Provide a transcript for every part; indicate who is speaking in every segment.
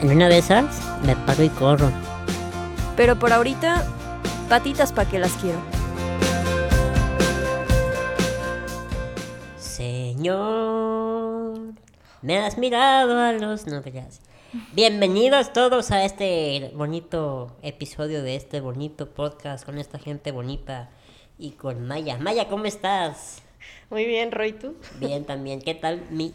Speaker 1: En una de esas me paro y corro.
Speaker 2: Pero por ahorita, patitas pa' que las quiero.
Speaker 1: Señor, me has mirado a los novias. Bienvenidos todos a este bonito episodio de este bonito podcast con esta gente bonita y con Maya. Maya, ¿cómo estás?
Speaker 3: Muy bien, Roy, ¿tú?
Speaker 1: Bien también. ¿Qué tal mi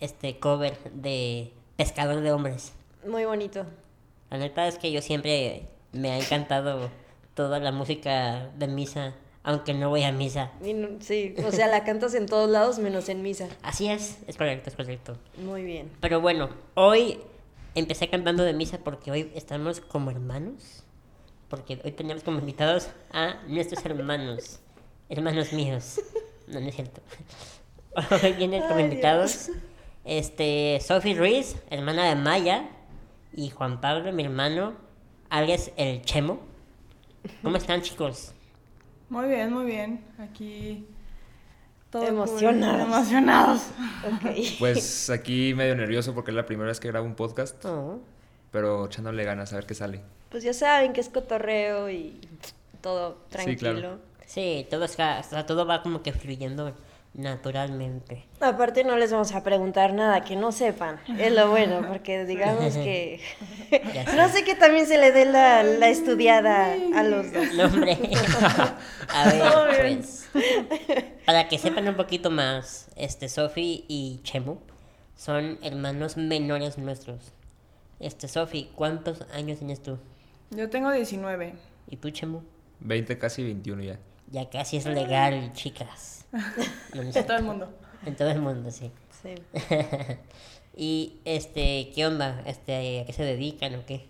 Speaker 1: este cover de Pescador de Hombres?
Speaker 3: Muy bonito.
Speaker 1: La neta es que yo siempre me ha encantado toda la música de misa, aunque no voy a misa.
Speaker 3: Y no- sí, o sea, la cantas en todos lados menos en misa.
Speaker 1: Así es, es correcto, es correcto.
Speaker 3: Muy bien.
Speaker 1: Pero bueno, hoy empecé cantando de misa porque hoy estamos como hermanos. Porque hoy teníamos como invitados a nuestros hermanos. Hermanos míos. No, no es cierto. Hoy vienen como
Speaker 3: Ay,
Speaker 1: invitados este, Sophie Ruiz, hermana de Maya, y Juan Pablo, mi hermano, alias el Chemo. ¿Cómo están, chicos?
Speaker 4: Muy bien, muy bien. Aquí todos
Speaker 3: Emocionados.
Speaker 4: emocionados.
Speaker 3: Ok.
Speaker 5: Pues aquí medio nervioso porque es la primera vez que grabo un podcast,
Speaker 1: Oh,
Speaker 5: pero echándole ganas a ver qué sale.
Speaker 3: Pues ya saben que es cotorreo y todo tranquilo.
Speaker 5: Sí, claro.
Speaker 1: Sí, todo, está, o sea, todo va como que fluyendo naturalmente.
Speaker 3: Aparte no les vamos a preguntar nada que no sepan. Es lo bueno, porque digamos que...
Speaker 1: Ya
Speaker 3: no sé que también se le dé la, la estudiada a los dos.
Speaker 1: No, hombre. A
Speaker 3: Todo
Speaker 1: ver,
Speaker 3: bien.
Speaker 1: pues. Para que sepan un poquito más, este, Sofi y Chemo son hermanos menores nuestros. Este, Sofi, ¿cuántos años tienes tú?
Speaker 4: Yo tengo 19.
Speaker 1: ¿Y tú, Chemo?
Speaker 5: 20, casi 21 ya.
Speaker 1: Ya casi es legal, chicas. No, no es
Speaker 4: De todo
Speaker 1: cierto.
Speaker 4: el mundo.
Speaker 1: En todo el mundo, sí.
Speaker 3: Sí.
Speaker 1: y, este, ¿qué onda? Este, ¿A qué se dedican o qué?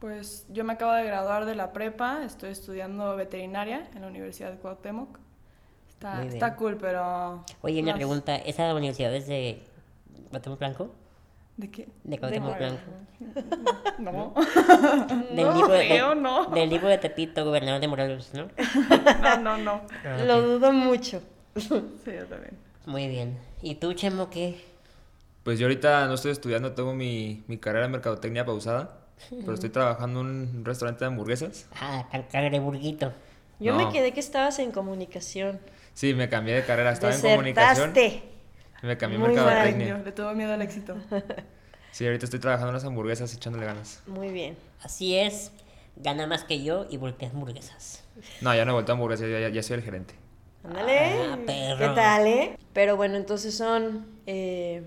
Speaker 4: Pues yo me acabo de graduar de la prepa, estoy estudiando veterinaria en la Universidad de Cuauhtémoc. Está,
Speaker 1: Muy bien.
Speaker 4: está cool, pero...
Speaker 1: Oye, una
Speaker 4: más-
Speaker 1: pregunta. ¿Esa universidad es de Cuauhtémoc Blanco?
Speaker 4: ¿De qué?
Speaker 1: De Cuauhtémoc Blanco.
Speaker 4: No.
Speaker 1: Del,
Speaker 4: No,
Speaker 1: libro de,
Speaker 4: creo no.
Speaker 1: del libro de Tepito, gobernador de Morelos, ¿no?
Speaker 4: No, no, no.
Speaker 3: Lo dudo mucho.
Speaker 4: Sí, yo también.
Speaker 1: Muy bien. ¿Y tú, Chemo, qué?
Speaker 5: Pues yo ahorita no estoy estudiando, tengo mi, mi carrera de mercadotecnia pausada, pero estoy trabajando en un restaurante de hamburguesas.
Speaker 1: Ah, cal- cangreburguito.
Speaker 3: Yo
Speaker 5: No.
Speaker 3: me quedé que estabas en comunicación.
Speaker 5: Sí, me cambié de carrera, estaba en comunicación.
Speaker 3: Desertaste.
Speaker 5: y Me cambié a
Speaker 3: Muy mal.
Speaker 4: Ay,
Speaker 5: mercadotecnia.
Speaker 4: Dios, le tuve miedo al éxito.
Speaker 5: Sí, ahorita estoy trabajando en las hamburguesas echándole ganas.
Speaker 3: Muy bien.
Speaker 1: Así es, gana más que yo y voltea hamburguesas.
Speaker 5: No, ya no he vuelto a hamburguesas, ya, ya- ya soy el gerente.
Speaker 3: Ándale.
Speaker 1: Ah,
Speaker 3: ¿Qué
Speaker 1: perro.
Speaker 3: tal, eh? Pero bueno, entonces son eh,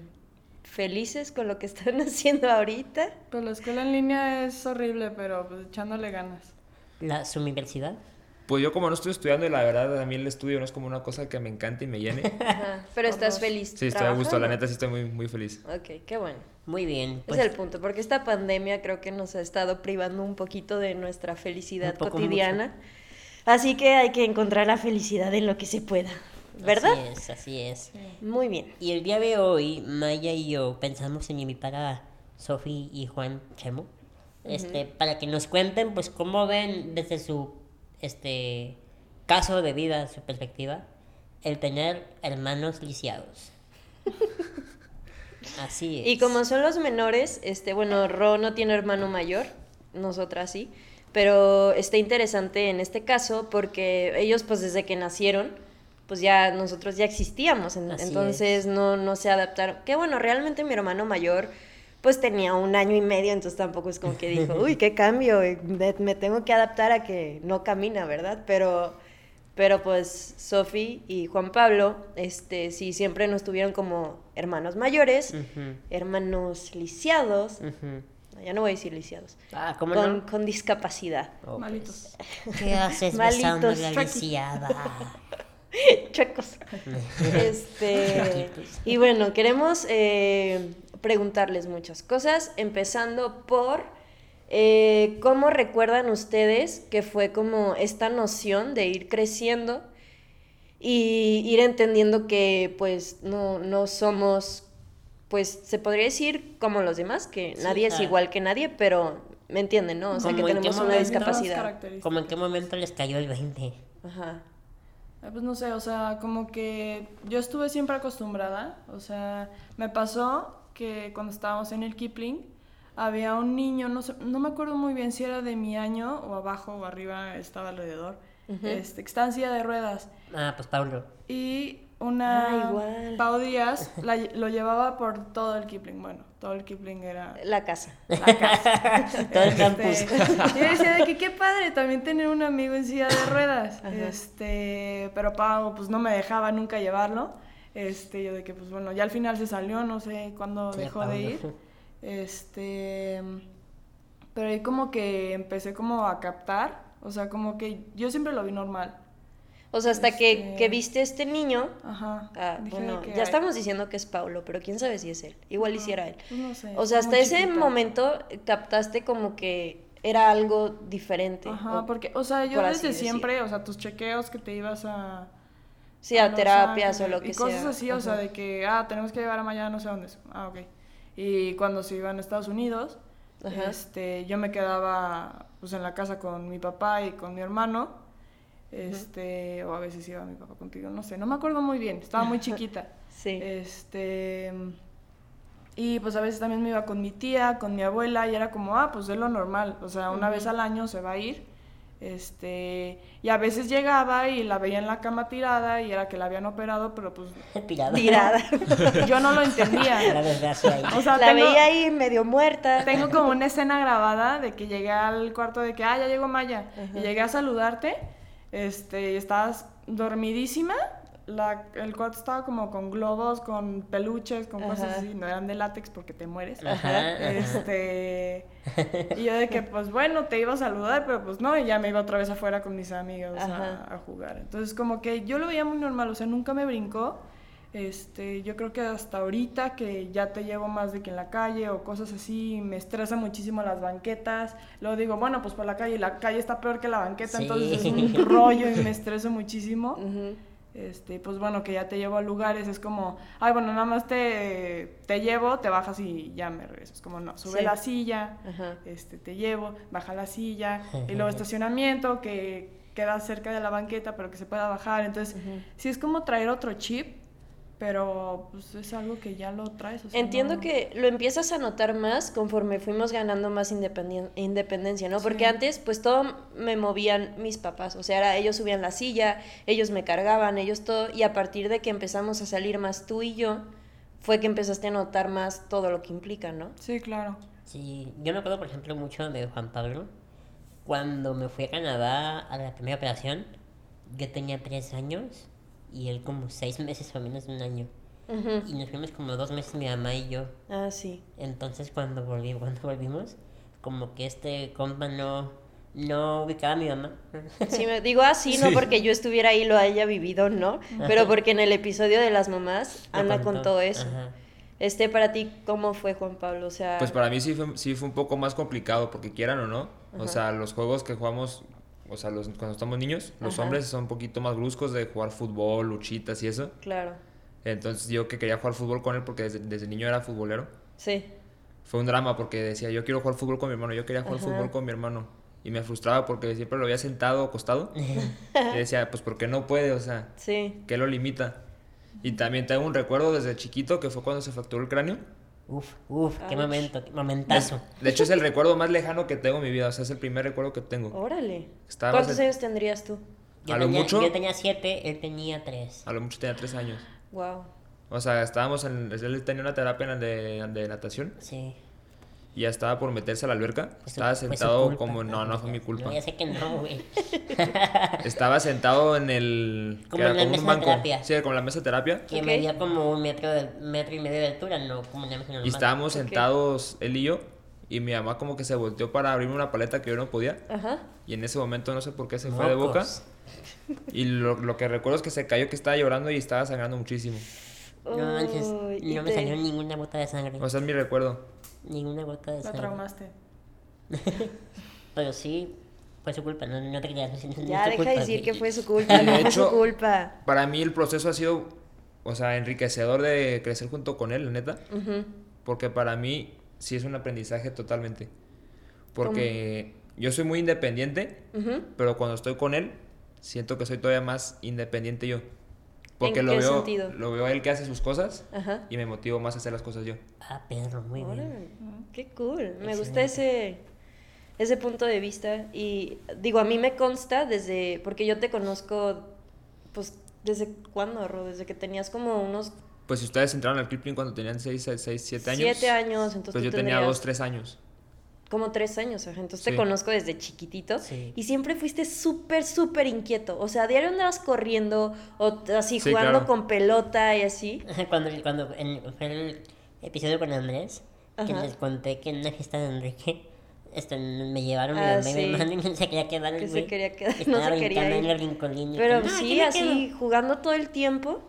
Speaker 3: felices con lo que están haciendo ahorita.
Speaker 4: Pues la escuela en línea es horrible, pero pues echándole ganas.
Speaker 1: ¿La su universidad?
Speaker 5: Pues yo como no estoy estudiando y la verdad a mí el estudio no es como una cosa que me encante y me llene.
Speaker 3: Ajá, Pero estás feliz.
Speaker 5: Sí, estoy a gusto, la
Speaker 3: trabajando.
Speaker 5: neta sí estoy muy, muy feliz.
Speaker 3: Ok, qué bueno.
Speaker 1: Muy bien. Pues,
Speaker 3: es el punto, porque esta pandemia creo que nos ha estado privando un poquito de nuestra felicidad
Speaker 1: Un poco
Speaker 3: cotidiana. Así que hay que encontrar la felicidad en lo que se pueda. ¿Verdad?
Speaker 1: Así es, así es.
Speaker 3: Muy bien.
Speaker 1: Y el día de hoy, Maya y yo pensamos en invitar a Sofi y Juan Chemo este, para que nos cuenten pues cómo ven desde su este, caso de vida, su perspectiva, el tener hermanos lisiados. Así es.
Speaker 3: Y como son los menores, este, bueno, Ro no tiene hermano mayor, nosotras sí, pero está interesante en este caso porque ellos pues desde que nacieron, pues ya nosotros ya existíamos, en-
Speaker 1: Así
Speaker 3: entonces no, no se adaptaron. Que bueno, realmente mi hermano mayor pues tenía un año y medio, entonces tampoco es como que dijo, uy, qué cambio, eh, me, me tengo que adaptar a que no camina, ¿verdad? Pero... Pero pues Sofi y Juan Pablo, este, sí siempre nos tuvieron como hermanos mayores,
Speaker 1: Ujú,
Speaker 3: hermanos lisiados,
Speaker 1: ujú.
Speaker 3: no, ya no voy a decir lisiados,
Speaker 1: Ah, ¿cómo
Speaker 3: con,
Speaker 1: no?
Speaker 3: con discapacidad.
Speaker 1: Oh,
Speaker 4: Malitos.
Speaker 1: pues, ¿Qué haces
Speaker 3: Malitos,
Speaker 1: besando la
Speaker 3: Chucky.
Speaker 1: lisiada?
Speaker 3: Chacos. este, y bueno, queremos eh, preguntarles muchas cosas, empezando por eh, cómo recuerdan ustedes que fue como esta noción de ir creciendo y ir entendiendo que pues no, no somos, pues se podría decir como los demás, que
Speaker 1: Sí,
Speaker 3: nadie es
Speaker 1: claro.
Speaker 3: igual que nadie, pero me entienden, ¿no? O sea,
Speaker 1: Como
Speaker 3: que
Speaker 1: en qué
Speaker 3: tenemos una
Speaker 1: momento-
Speaker 3: discapacidad.
Speaker 4: Características.
Speaker 1: ¿Cómo en qué momento les cayó el 20?
Speaker 3: Ajá.
Speaker 4: Ah, Pues no sé, o sea, como que yo estuve siempre acostumbrada, o sea, me pasó que cuando estábamos en el Kipling, había un niño, no, sé- no me acuerdo muy bien si era de mi año o abajo o arriba, estaba alrededor, este, que estaba en silla de ruedas.
Speaker 1: Ah, pues Pablo.
Speaker 4: Y una
Speaker 3: Ah, igual.
Speaker 4: Pau Díaz la lle- lo llevaba por todo el Kipling. Bueno, todo el Kipling era
Speaker 3: La casa.
Speaker 4: la casa.
Speaker 1: Todo el
Speaker 4: Este,
Speaker 1: campus.
Speaker 4: Yo decía de que qué padre también tener un amigo en silla de ruedas. Este, pero Pau pues no me dejaba nunca llevarlo. Este, yo de que pues bueno, ya al final se salió, no sé cuándo
Speaker 1: Sí,
Speaker 4: dejó
Speaker 1: Pau,
Speaker 4: de
Speaker 1: ¿no?
Speaker 4: ir. Este, pero ahí como que empecé como a captar, o sea, como que yo siempre lo vi normal.
Speaker 3: O sea, hasta que,
Speaker 4: Este-
Speaker 3: que viste a este niño.
Speaker 4: Ajá.
Speaker 3: Ah,
Speaker 4: Dije de
Speaker 3: bueno,
Speaker 4: que,
Speaker 3: ya
Speaker 4: "Ay,
Speaker 3: estamos diciendo que es Paulo, pero quién sabe si es él. Igual hiciera él.
Speaker 4: pues, no sé,
Speaker 3: O sea, hasta
Speaker 4: muy
Speaker 3: ese
Speaker 4: chiquita".
Speaker 3: momento captaste como que era algo diferente.
Speaker 4: Ajá,
Speaker 3: o-
Speaker 4: porque, o sea, yo
Speaker 3: por así
Speaker 4: desde
Speaker 3: decir.
Speaker 4: siempre, o sea, tus chequeos que te ibas a...
Speaker 3: Sí, a
Speaker 4: Los
Speaker 3: terapias o
Speaker 4: Ángeles,
Speaker 3: lo que
Speaker 4: y cosas
Speaker 3: sea.
Speaker 4: así, o sea,
Speaker 3: Ajá.
Speaker 4: de que, ah, tenemos que llevar a mañana no sé a dónde. Ah, ok. Y cuando se iban a Estados Unidos,
Speaker 3: Ajá.
Speaker 4: este, yo me quedaba pues en la casa con mi papá y con mi hermano. Este, o a veces iba mi papá contigo, no sé, no me acuerdo muy bien, estaba muy chiquita.
Speaker 3: Sí.
Speaker 4: Este, y pues a veces también me iba con mi tía, con mi abuela, y era como, ah, pues es lo normal, o sea, una vez al año se va a ir. Este, y a veces llegaba y la veía en la cama tirada y era que la habían operado, pero pues
Speaker 1: Pirada.
Speaker 3: Tirada.
Speaker 4: yo no lo
Speaker 1: La
Speaker 4: entendía.
Speaker 1: desgracia ahí.
Speaker 4: O sea,
Speaker 3: La
Speaker 4: tengo,
Speaker 3: veía ahí medio muerta.
Speaker 4: tengo como una escena grabada de que llegué al cuarto de que, ah, ya llegó Maya, y llegué a saludarte, este, y estabas dormidísima, la- el cuarto estaba como con globos, con peluches, con cosas
Speaker 3: Ajá.
Speaker 4: así, no eran de látex porque te mueres.
Speaker 1: Ajá, ajá.
Speaker 4: Este, y yo de que, pues bueno, te iba a saludar, pero pues no, y ya me iba otra vez afuera con mis amigos a,
Speaker 3: Ajá.
Speaker 4: a jugar. Entonces, como que yo lo veía muy normal, o sea, nunca me brincó. Este, yo creo que hasta ahorita que ya te llevo más de que en la calle o cosas así, me estresa muchísimo las banquetas. Luego digo, bueno, pues por la calle, y la calle está peor que la banqueta,
Speaker 1: Sí.
Speaker 4: entonces es un rollo y me estreso muchísimo.
Speaker 3: Ujú.
Speaker 4: Este, pues bueno, que ya te llevo a lugares, es como, ay, bueno, nada más te, te llevo, te bajas y ya me regreso. Es como, no, sube
Speaker 3: Sí.
Speaker 4: la silla,
Speaker 3: Ajá.
Speaker 4: este, te llevo, baja la silla, y luego estacionamiento que queda cerca de la banqueta, pero que se pueda bajar. Entonces, sí es como traer otro chip, pero pues es algo que ya lo traes. o sea,
Speaker 3: Entiendo
Speaker 4: no-
Speaker 3: que lo empiezas a notar más conforme fuimos ganando más independien- independencia, ¿no? Porque
Speaker 4: Sí.
Speaker 3: antes, pues todo me movían mis papás, o sea, era- ellos subían la silla, ellos me cargaban, ellos todo, y a partir de que empezamos a salir más tú y yo, fue que empezaste a notar más todo lo que implica, ¿no?
Speaker 4: Sí, claro.
Speaker 1: Sí, yo me acuerdo, por ejemplo, mucho de Juan Pablo. Cuando me fui a Canadá a la primera operación, yo tenía tres años y él como seis meses o menos de un año.
Speaker 3: Ujú.
Speaker 1: Y nos fuimos como dos meses mi mamá y yo.
Speaker 3: Ah, sí.
Speaker 1: Entonces cuando volví, cuando volvimos, como que este compa no, no ubicaba a mi mamá.
Speaker 3: Sí, me digo así, no
Speaker 5: Sí.
Speaker 3: porque yo estuviera ahí y lo haya vivido, ¿no? Pero porque en el episodio de las mamás,
Speaker 1: Lo
Speaker 3: Ana
Speaker 1: contó.
Speaker 3: contó eso.
Speaker 1: Ajá.
Speaker 3: Este, para ti, ¿cómo fue, Juan Pablo? O sea,
Speaker 5: Pues para mí sí fue, sí fue un poco más complicado, porque quieran o no. O sea, los juegos que jugamos, o sea, los, cuando estamos niños, los
Speaker 3: Ajá.
Speaker 5: hombres son un poquito más bruscos de jugar fútbol, luchitas y eso.
Speaker 3: claro.
Speaker 5: Entonces yo que quería jugar fútbol con él porque desde, desde niño era futbolero.
Speaker 3: Sí.
Speaker 5: Fue un drama porque decía, yo quiero jugar fútbol con mi hermano, yo quería jugar
Speaker 3: Ajá.
Speaker 5: fútbol con mi hermano. Y me frustraba porque siempre lo había sentado o acostado. y decía, pues porque no puede, o sea,
Speaker 3: Sí,
Speaker 5: ¿qué lo limita? Y también tengo un recuerdo desde chiquito que fue cuando se fracturó el cráneo.
Speaker 1: Uf, uf, qué
Speaker 3: Ouch.
Speaker 1: momento, qué momentazo.
Speaker 5: De hecho es el recuerdo más lejano que tengo en mi vida, o sea, es el primer recuerdo que tengo.
Speaker 3: órale.
Speaker 5: Estaba
Speaker 3: ¿Cuántos
Speaker 5: bastante-
Speaker 3: años tendrías tú?
Speaker 1: Yo
Speaker 5: a lo
Speaker 1: tenía,
Speaker 5: mucho, Ah.
Speaker 1: yo tenía siete, él tenía tres.
Speaker 5: a lo mucho tenía tres años.
Speaker 3: Wow.
Speaker 5: O sea, estábamos en, él tenía una terapia en- de, de natación
Speaker 1: Sí.
Speaker 5: y ya estaba por meterse a la alberca.
Speaker 1: Pues su-
Speaker 5: estaba
Speaker 1: fue su
Speaker 5: sentado
Speaker 1: culpa.
Speaker 5: como, no, no fue mi
Speaker 1: No,
Speaker 5: culpa.
Speaker 1: ya sé que no, güey.
Speaker 5: Estaba sentado en el... que
Speaker 1: Como
Speaker 5: era
Speaker 1: en la
Speaker 5: un
Speaker 1: mesa de
Speaker 5: banco.
Speaker 1: terapia.
Speaker 5: Sí, como en la mesa de terapia.
Speaker 1: Que
Speaker 3: Ok.
Speaker 1: medía como un metro, de- metro y medio de altura, no como una mesa normal.
Speaker 5: Y estábamos
Speaker 3: Ok.
Speaker 5: sentados él y yo y mi mamá como que se volteó para abrirme una paleta que yo no podía.
Speaker 3: Ajá.
Speaker 5: Y en ese momento no sé por qué se fue de boca.
Speaker 1: Mocos.
Speaker 5: Y lo, lo que recuerdo es que se cayó, que estaba llorando y estaba sangrando muchísimo.
Speaker 1: No manches,
Speaker 3: Uy, y
Speaker 1: no me
Speaker 3: te-
Speaker 1: salió ninguna gota de sangre.
Speaker 5: O sea, es mi recuerdo.
Speaker 1: ninguna gota de
Speaker 4: La
Speaker 1: sangre.
Speaker 4: traumaste.
Speaker 1: Pero sí, fue su culpa, no, no te creas. No, no es
Speaker 3: Ya
Speaker 1: tu
Speaker 3: deja
Speaker 1: culpa,
Speaker 3: de decir
Speaker 1: güey.
Speaker 3: que fue su culpa,
Speaker 5: Y
Speaker 3: no
Speaker 5: de
Speaker 3: fue su
Speaker 5: hecho-
Speaker 3: culpa.
Speaker 5: Para mí el proceso ha sido, o sea, enriquecedor de crecer junto con él, la neta.
Speaker 3: Ujú.
Speaker 5: Porque para mí sí es un aprendizaje totalmente. Porque yo soy muy independiente,
Speaker 3: Ujú.
Speaker 5: pero cuando estoy con él, siento que soy todavía más independiente yo. Porque
Speaker 3: ¿En
Speaker 5: lo
Speaker 3: qué
Speaker 5: veo,
Speaker 3: sentido?
Speaker 5: lo veo a él que hace sus cosas
Speaker 3: Ajá.
Speaker 5: y me motivo más a hacer las cosas yo.
Speaker 1: Ah, perro, muy bien.
Speaker 3: Órale, Qué cool. Me gusta ese, ese punto de vista. Y digo, a mí me consta desde. Porque yo te conozco, pues, ¿desde cuándo, Ro? Desde que tenías como unos
Speaker 5: Pues si ustedes entraron al Clipping cuando tenían 6, 7 años.
Speaker 3: siete años. Entonces
Speaker 5: Pues
Speaker 3: tú
Speaker 5: yo tenía
Speaker 3: tendrías
Speaker 5: 2, 3 años.
Speaker 3: Como tres años, ajá. Entonces te
Speaker 5: Sí.
Speaker 3: conozco desde chiquitito.
Speaker 1: Sí.
Speaker 3: Y siempre fuiste súper, súper inquieto. O sea, a diario andabas corriendo o t- así
Speaker 5: Sí,
Speaker 3: jugando
Speaker 5: claro.
Speaker 3: con pelota y así.
Speaker 1: Cuando, cuando en- fue el episodio con Andrés, que
Speaker 3: Ajá.
Speaker 1: les conté que en una fiesta de Enrique este, me llevaron
Speaker 3: Ah,
Speaker 1: y me
Speaker 3: sí.
Speaker 1: hermano y no se quería quedar el
Speaker 3: Que se
Speaker 1: güey.
Speaker 3: quería quedar, no
Speaker 1: Estaba
Speaker 3: se quería
Speaker 1: brincando en
Speaker 3: ir.
Speaker 1: el brincolín y
Speaker 3: Pero
Speaker 1: que, "No, aquí
Speaker 3: sí,
Speaker 1: me
Speaker 3: así jugando todo el tiempo.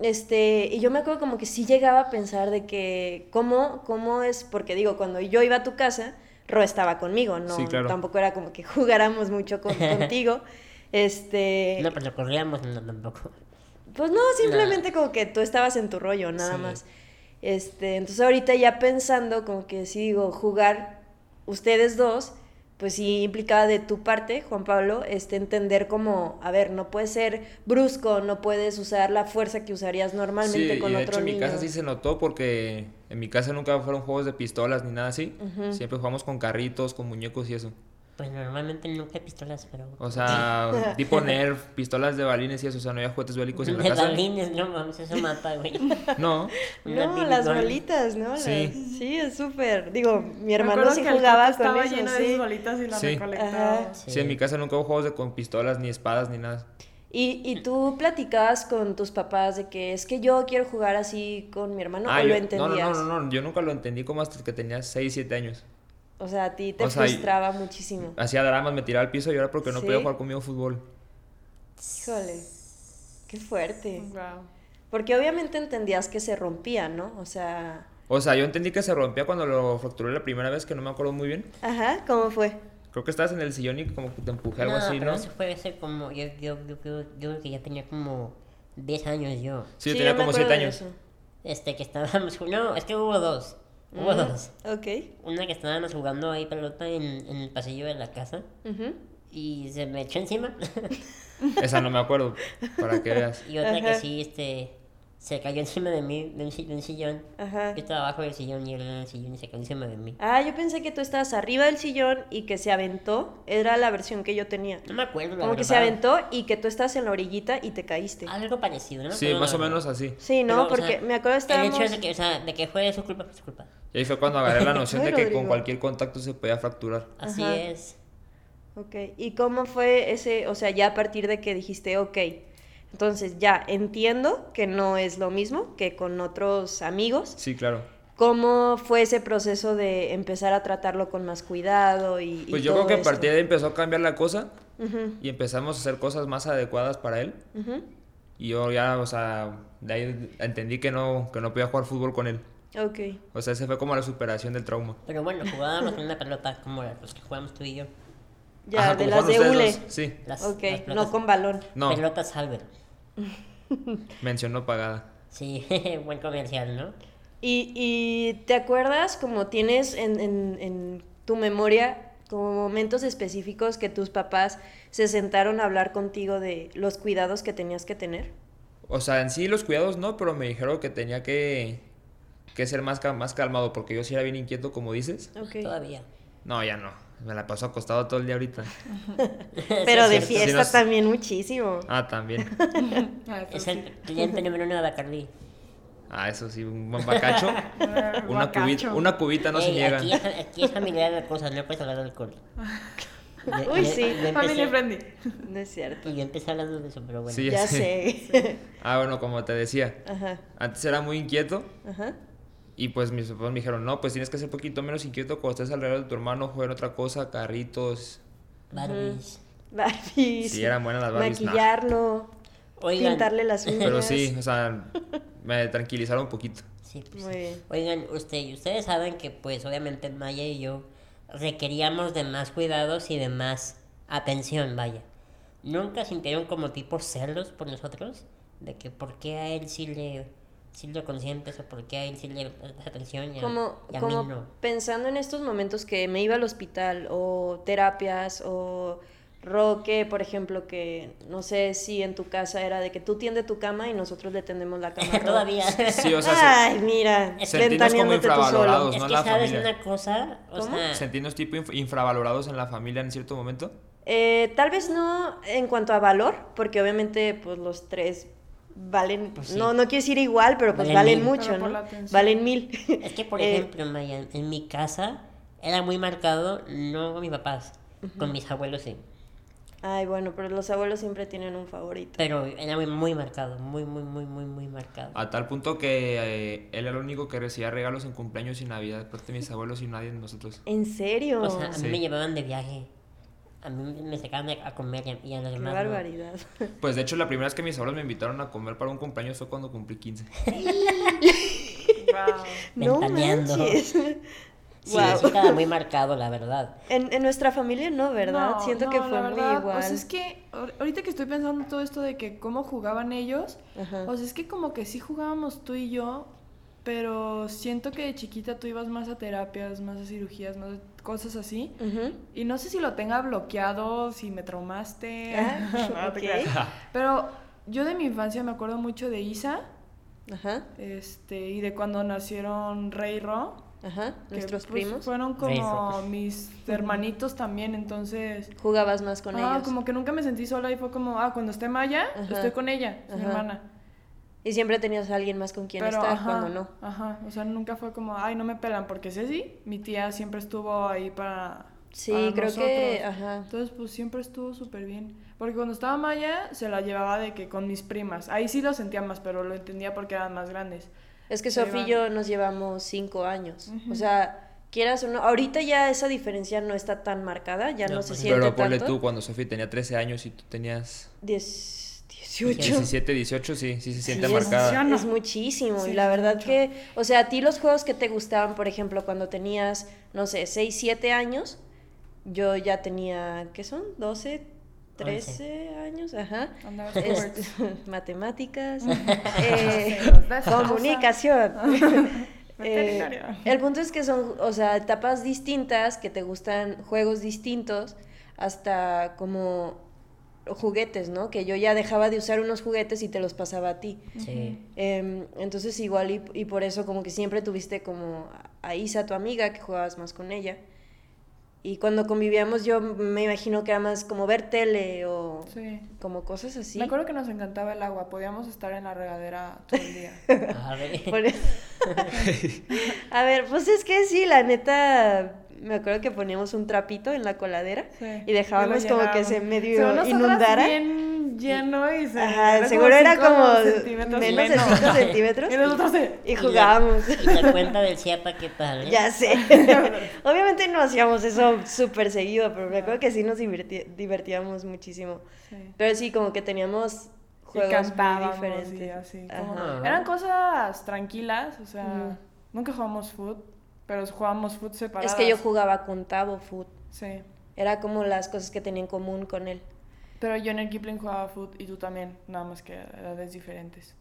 Speaker 3: Este, y yo me acuerdo como que sí llegaba a pensar de que cómo cómo es, porque digo, cuando yo iba a tu casa, Ro estaba conmigo, no
Speaker 5: Sí, claro.
Speaker 3: tampoco era como que jugáramos mucho con- contigo. Este,
Speaker 1: quedo". No, pues lo corríamos, no tampoco.
Speaker 3: pues no, simplemente como que tú estabas en tu rollo, nada
Speaker 1: Sí.
Speaker 3: más. Este, entonces ahorita ya pensando, como que sí digo, jugar ustedes dos, pues sí implicaba de tu parte, Juan Pablo, este, entender como, a ver, no puedes ser brusco, no puedes usar la fuerza que usarías normalmente
Speaker 5: sí,
Speaker 3: con
Speaker 5: y de
Speaker 3: otro
Speaker 5: hecho en mi
Speaker 3: niño.
Speaker 5: casa sí se notó porque en mi casa nunca fueron juegos de pistolas ni nada así.
Speaker 3: Ujú.
Speaker 5: Siempre jugamos con carritos, con muñecos y eso.
Speaker 1: Pues normalmente nunca hay pistolas, pero.
Speaker 5: O sea, tipo Nerf, pistolas de balines y eso. O sea, no había juguetes bélicos en la
Speaker 1: de
Speaker 5: casa.
Speaker 1: balines, no mames, eso mata, güey.
Speaker 5: No.
Speaker 1: Una
Speaker 3: No,
Speaker 1: Billy
Speaker 3: las
Speaker 1: Gun.
Speaker 3: bolitas, ¿no? Las-
Speaker 5: Sí.
Speaker 3: Sí, es súper. Digo, mi
Speaker 4: Me
Speaker 3: hermano
Speaker 4: acuerdo
Speaker 3: sí
Speaker 4: que el
Speaker 3: jugaba
Speaker 4: cuarto
Speaker 3: con
Speaker 4: estaba
Speaker 3: eso,
Speaker 4: lleno de
Speaker 3: sí.
Speaker 4: esas bolitas y las
Speaker 5: Sí.
Speaker 4: recolectaba.
Speaker 1: Sí.
Speaker 5: Sí. en mi casa nunca hubo juegos de, con pistolas, ni espadas, ni nada.
Speaker 3: Y, y tú platicabas con tus papás de que es que yo quiero jugar así con mi hermano,
Speaker 5: Ah,
Speaker 3: o lo
Speaker 5: yo- no,
Speaker 3: entendías.
Speaker 5: no, no, no, no, yo nunca lo entendí como hasta que tenía 6, 7 años.
Speaker 3: O sea, a ti te
Speaker 5: O sea, y-
Speaker 3: frustraba muchísimo.
Speaker 5: Hacía dramas, me tiraba al piso y ahora porque no
Speaker 3: Sí.
Speaker 5: podía jugar conmigo fútbol.
Speaker 3: Híjole, qué fuerte.
Speaker 4: Guau.
Speaker 3: Porque obviamente entendías que se rompía, ¿no? O sea,
Speaker 5: O sea, yo entendí que se rompía cuando lo fracturé la primera vez, que no me acuerdo muy bien.
Speaker 3: ajá, ¿cómo fue?
Speaker 5: Creo que estabas en el sillón y como que te empujé algo
Speaker 1: no,
Speaker 5: así,
Speaker 1: pero
Speaker 5: ¿no?
Speaker 1: eso fue hace como. Yo, yo, yo, creo- yo creo que ya tenía como 10 años yo.
Speaker 5: Sí, yo
Speaker 3: yo
Speaker 5: tenía
Speaker 3: me
Speaker 5: como
Speaker 3: acuerdo
Speaker 5: 7
Speaker 3: de
Speaker 5: años.
Speaker 3: eso.
Speaker 1: Este, que estábamos. ju- No, es que hubo dos. Hubo dos.
Speaker 3: Ok.
Speaker 1: Una que estábamos jugando ahí pelota en, en el pasillo de la casa
Speaker 3: ujú.
Speaker 1: y se me echó encima.
Speaker 5: Esa no me acuerdo, para que veas.
Speaker 1: y otra que
Speaker 3: Ajá.
Speaker 1: sí, este. Se cayó encima de mí, de un, si- de un sillón.
Speaker 3: Ajá.
Speaker 1: Yo estaba abajo del sillón y él en el sillón y se cayó encima de mí.
Speaker 3: Ah, yo pensé que tú estabas arriba del sillón y que se aventó. Era la versión que yo tenía.
Speaker 1: No me acuerdo, la
Speaker 3: Como que se
Speaker 1: verdad.
Speaker 3: aventó y que tú estabas en la orillita y te caíste.
Speaker 1: Algo parecido, ¿no?
Speaker 5: Sí,
Speaker 1: Pero
Speaker 5: más
Speaker 1: la
Speaker 5: o
Speaker 1: verdad.
Speaker 5: menos así.
Speaker 3: Sí, ¿no?
Speaker 1: Ah, Pero, o
Speaker 3: Porque
Speaker 1: sea,
Speaker 3: me acuerdo Pues estábamos...
Speaker 1: El hecho es que, o sea, de que fue su culpa, fue su culpa.
Speaker 5: Y ahí fue cuando agarré la noción
Speaker 3: Ay,
Speaker 5: de que
Speaker 3: Rodrigo.
Speaker 5: con cualquier contacto se podía fracturar.
Speaker 1: Así
Speaker 3: Ajá.
Speaker 1: es.
Speaker 3: Ok, ¿y cómo fue ese, o sea, ya a partir de que dijiste, ok, entonces ya entiendo que no es lo mismo que con otros amigos,
Speaker 5: Sí, claro.
Speaker 3: ¿cómo fue ese proceso de empezar a tratarlo con más cuidado y... y
Speaker 5: Pues yo
Speaker 3: todo
Speaker 5: creo que a
Speaker 3: esto?
Speaker 5: partir de ahí empezó a cambiar la cosa
Speaker 3: Ujú,
Speaker 5: y empezamos a hacer cosas más adecuadas para él.
Speaker 3: ujú.
Speaker 5: Y yo ya, o sea, de ahí entendí que no, que no podía jugar fútbol con él.
Speaker 3: Ok,
Speaker 5: O sea, ese fue como la superación del trauma.
Speaker 1: Pero bueno, jugábamos con una pelota como los que jugamos tú y yo.
Speaker 3: ya,
Speaker 5: Ajá,
Speaker 3: de
Speaker 5: como
Speaker 3: las de
Speaker 5: fueron
Speaker 3: hule.
Speaker 5: ustedes dos, Sí,
Speaker 1: Las,
Speaker 3: Ok,
Speaker 1: las pelotas,
Speaker 3: no con balón.
Speaker 5: no,
Speaker 1: Pelotas Albert.
Speaker 5: mención no pagada.
Speaker 1: Sí, buen comercial, ¿no?
Speaker 3: ¿Y, y te acuerdas como tienes en, en- en tu memoria como momentos específicos que tus papás se sentaron a hablar contigo de los cuidados que tenías que tener?
Speaker 5: O sea, en sí los cuidados no, pero me dijeron que tenía que, que ser más, cal- más calmado porque yo sí era bien inquieto, como dices.
Speaker 3: Okay.
Speaker 1: Todavía.
Speaker 5: No, ya no. Me la paso acostado todo el día ahorita.
Speaker 3: Pero
Speaker 1: Sí,
Speaker 3: de
Speaker 1: es
Speaker 5: fiel.
Speaker 1: cierto.
Speaker 3: fiesta
Speaker 5: Sí, nos-
Speaker 3: también muchísimo.
Speaker 5: Ah, también.
Speaker 4: Ah, eso
Speaker 1: Es
Speaker 4: sí.
Speaker 1: el cliente número uno de Bacardi.
Speaker 5: Ah, eso sí, un buen bacacho.
Speaker 4: Ah,
Speaker 5: una,
Speaker 4: guacacho.
Speaker 5: cubita, una cubita no se
Speaker 1: Ey,
Speaker 5: niega.
Speaker 1: Aquí, es- aquí es familiar de cosas, no puedes hablar de alcohol. Yo-
Speaker 3: Uy,
Speaker 1: yo-
Speaker 3: sí,
Speaker 1: yo empecé-
Speaker 4: Family friendly.
Speaker 3: No es cierto.
Speaker 1: Y yo empecé hablando de eso, pero bueno.
Speaker 5: Sí,
Speaker 3: ya
Speaker 5: sé.
Speaker 3: sé.
Speaker 5: Ah, bueno, como te decía,
Speaker 3: Ajá,
Speaker 5: antes era muy inquieto
Speaker 3: ajá.
Speaker 5: y pues mis papás me dijeron, no, pues tienes que ser poquito menos inquieto cuando estés alrededor de tu hermano, jugar otra cosa, carritos.
Speaker 1: Barbies.
Speaker 3: Barbies.
Speaker 5: Sí, eran buenas las Barbies, no.
Speaker 3: Maquillarlo,
Speaker 1: Oigan.
Speaker 3: pintarle las uñas.
Speaker 5: Pero sí, o sea, me tranquilizaron un poquito.
Speaker 1: Sí, pues,
Speaker 3: Muy
Speaker 1: sí.
Speaker 3: bien.
Speaker 1: Oigan, usted, ustedes saben que pues obviamente Maya y yo requeríamos de más cuidados y de más atención, vaya. ¿Nunca sintieron como tipo celos por nosotros? De que por qué a él sí le, sí lo consientes o por qué a él sí le das atención y a,
Speaker 3: Como,
Speaker 1: y a
Speaker 3: como
Speaker 1: mí no.
Speaker 3: pensando en estos momentos que me iba al hospital o terapias o Roque, por ejemplo, que no sé si en tu casa era de que tú tiende tu cama y nosotros le tendemos la cama. a Ro.
Speaker 1: Todavía.
Speaker 5: Sí, o sea, se-
Speaker 3: Ay, mira,
Speaker 5: Es que- Sentirnos como
Speaker 3: ventaneándote tú solo.
Speaker 5: infravalorados.
Speaker 1: Es
Speaker 5: no
Speaker 1: que
Speaker 5: la
Speaker 1: sabes
Speaker 5: familia.
Speaker 1: una cosa, o
Speaker 3: ¿Cómo?
Speaker 1: sea,
Speaker 5: sentirnos tipo inf- infravalorados en la familia en cierto momento.
Speaker 3: Eh, tal vez no en cuanto a valor, porque obviamente pues los tres valen,
Speaker 1: Pues sí.
Speaker 3: no, no quiero decir igual, pero pues
Speaker 1: Valen
Speaker 3: valen,
Speaker 1: mil.
Speaker 3: mucho,
Speaker 4: Pero por
Speaker 3: ¿no?
Speaker 4: la atención.
Speaker 3: Valen mil.
Speaker 1: es que por
Speaker 3: Eh,
Speaker 1: ejemplo, Maya, en mi casa era muy marcado, no con mis papás, con mis abuelos sí,
Speaker 3: Ay, bueno, pero los abuelos siempre tienen un favorito.
Speaker 1: pero era muy, muy marcado, muy, muy, muy, muy, muy marcado.
Speaker 5: A tal punto que eh, él era el único que recibía regalos en cumpleaños y Navidad, aparte de mis abuelos y nadie de nosotros.
Speaker 3: ¿En serio?
Speaker 1: O sea, a mí
Speaker 5: Sí.
Speaker 1: me llevaban de viaje, a mí me sacaban de- a comer y a, y a los
Speaker 3: Qué
Speaker 1: demás. no.
Speaker 3: barbaridad.
Speaker 5: Pues de hecho, la primera vez que mis abuelos me invitaron a comer para un cumpleaños fue cuando cumplí 15.
Speaker 4: Wow.
Speaker 3: No
Speaker 1: Ventaneando.
Speaker 3: manches.
Speaker 1: Sí,
Speaker 3: Guau.
Speaker 1: sí estaba muy marcado, la verdad.
Speaker 3: En, en nuestra familia no, ¿verdad?
Speaker 4: No,
Speaker 3: Siento
Speaker 4: no,
Speaker 3: que
Speaker 4: la
Speaker 3: fue muy
Speaker 4: verdad,
Speaker 3: igual.
Speaker 4: O sea, es que ahor- ahorita que estoy pensando todo esto de que cómo jugaban ellos,
Speaker 3: Ajá.
Speaker 4: o sea, es que como que sí jugábamos tú y yo, pero siento que de chiquita tú ibas más a terapias, más a cirugías, más a cosas así.
Speaker 3: Ujú.
Speaker 4: Y no sé si lo tenga bloqueado, si me traumaste.
Speaker 3: Ah,
Speaker 4: No te
Speaker 3: ok.
Speaker 4: creas. Pero yo de mi infancia me acuerdo mucho de Isa
Speaker 3: Ajá,
Speaker 4: este, y de cuando nacieron Rey y Ro.
Speaker 3: ajá.
Speaker 4: que,
Speaker 3: Nuestros
Speaker 4: pues,
Speaker 3: primos.
Speaker 4: Fueron
Speaker 1: Rey y Ro. pues.
Speaker 4: como mis hermanitos también, entonces...
Speaker 3: Jugabas más con
Speaker 4: ah,
Speaker 3: ellos.
Speaker 4: como que nunca me sentí sola y fue como, ah, cuando esté Maya,
Speaker 3: Ajá.
Speaker 4: estoy con ella, es mi
Speaker 3: Ajá.
Speaker 4: hermana.
Speaker 3: Y siempre tenías a alguien más con quien estar
Speaker 4: ajá,
Speaker 3: cuando no.
Speaker 4: Ajá, o sea, nunca fue como, ay, no me pelan, porque Ceci, mi tía, siempre estuvo ahí para.
Speaker 3: Sí,
Speaker 4: para
Speaker 3: creo que-
Speaker 4: nosotros.
Speaker 3: ajá.
Speaker 4: Entonces, pues siempre estuvo súper bien. Porque cuando estaba Maya, se la llevaba de que con mis primas. Ahí sí lo sentía más, pero lo entendía porque eran más grandes.
Speaker 3: Es que
Speaker 4: Pero
Speaker 3: Sofía y
Speaker 4: igual.
Speaker 3: yo nos llevamos cinco años.
Speaker 4: Ujú.
Speaker 3: O sea, quieras o no. Ahorita ya esa diferencia no está tan marcada, ya no,
Speaker 1: No,
Speaker 3: se
Speaker 1: pues sí.
Speaker 3: siente
Speaker 5: Pero ponle
Speaker 3: tanto.
Speaker 5: tú, cuando Sofía tenía 13 años y tú tenías
Speaker 3: Diez- 18.
Speaker 5: 17, 18, sí, sí se siente
Speaker 3: Sí, es-
Speaker 5: marcada.
Speaker 4: marcada.
Speaker 3: Es muchísimo.
Speaker 4: Sí,
Speaker 3: y la
Speaker 4: es
Speaker 3: verdad
Speaker 4: mucho.
Speaker 3: que, o sea, a ti los juegos que te gustaban, por ejemplo, cuando tenías, no sé, 6, 7 años, yo ya tenía, ¿qué son? 12, 13 años, ajá.
Speaker 4: Andaba
Speaker 3: Es-
Speaker 4: por-
Speaker 3: matemáticas,
Speaker 4: Sí,
Speaker 3: eh,
Speaker 4: las cosas.
Speaker 3: comunicación. Eh,
Speaker 4: Veterinaria.
Speaker 3: el punto es que son, o sea, etapas distintas, que te gustan juegos distintos, hasta como juguetes, ¿no? Que yo ya dejaba de usar unos juguetes y te los pasaba a ti.
Speaker 1: Sí.
Speaker 3: Em, entonces igual y, y por eso como que siempre tuviste como a Isa, tu amiga, que jugabas más con ella. Y cuando convivíamos yo me imagino que era más como ver tele o
Speaker 4: Sí.
Speaker 3: como cosas así.
Speaker 4: Me acuerdo que nos encantaba el agua, podíamos estar en la regadera todo el día.
Speaker 1: A ver.
Speaker 3: Por- a ver, pues es que sí, la neta, me acuerdo que poníamos un trapito en la coladera
Speaker 4: Sí.
Speaker 3: y dejábamos
Speaker 4: lo
Speaker 3: como que
Speaker 4: llenábamos.
Speaker 3: se medio
Speaker 4: Según nosotras,
Speaker 3: inundara.
Speaker 4: bien lleno y se
Speaker 3: Ajá,
Speaker 4: como
Speaker 3: seguro era
Speaker 4: cinco
Speaker 3: como
Speaker 4: centímetros
Speaker 3: menos de 5 centímetros.
Speaker 4: Y nosotros de-
Speaker 3: y
Speaker 1: la-
Speaker 3: jugábamos.
Speaker 1: Y la cuenta del CIAPA, ¿qué tal? eh?
Speaker 3: Ya sé. Obviamente no hacíamos eso súper seguido, pero me acuerdo que sí nos diverti- divertíamos muchísimo.
Speaker 4: Sí.
Speaker 3: Pero sí, como que teníamos
Speaker 4: Y
Speaker 3: juegos muy
Speaker 4: cantábamos
Speaker 3: diferentes.
Speaker 4: y así, como-
Speaker 3: Ajá.
Speaker 1: Ajá.
Speaker 4: Eran cosas tranquilas, o sea,
Speaker 3: Ujú.
Speaker 4: nunca jugamos foot, pero jugábamos foot separadas.
Speaker 3: Es que yo jugaba con Tabo Food.
Speaker 4: Sí,
Speaker 3: Era como las cosas que tenía en común con él.
Speaker 4: pero yo en el Kipling jugaba foot y tú también, nada más que a edades diferentes.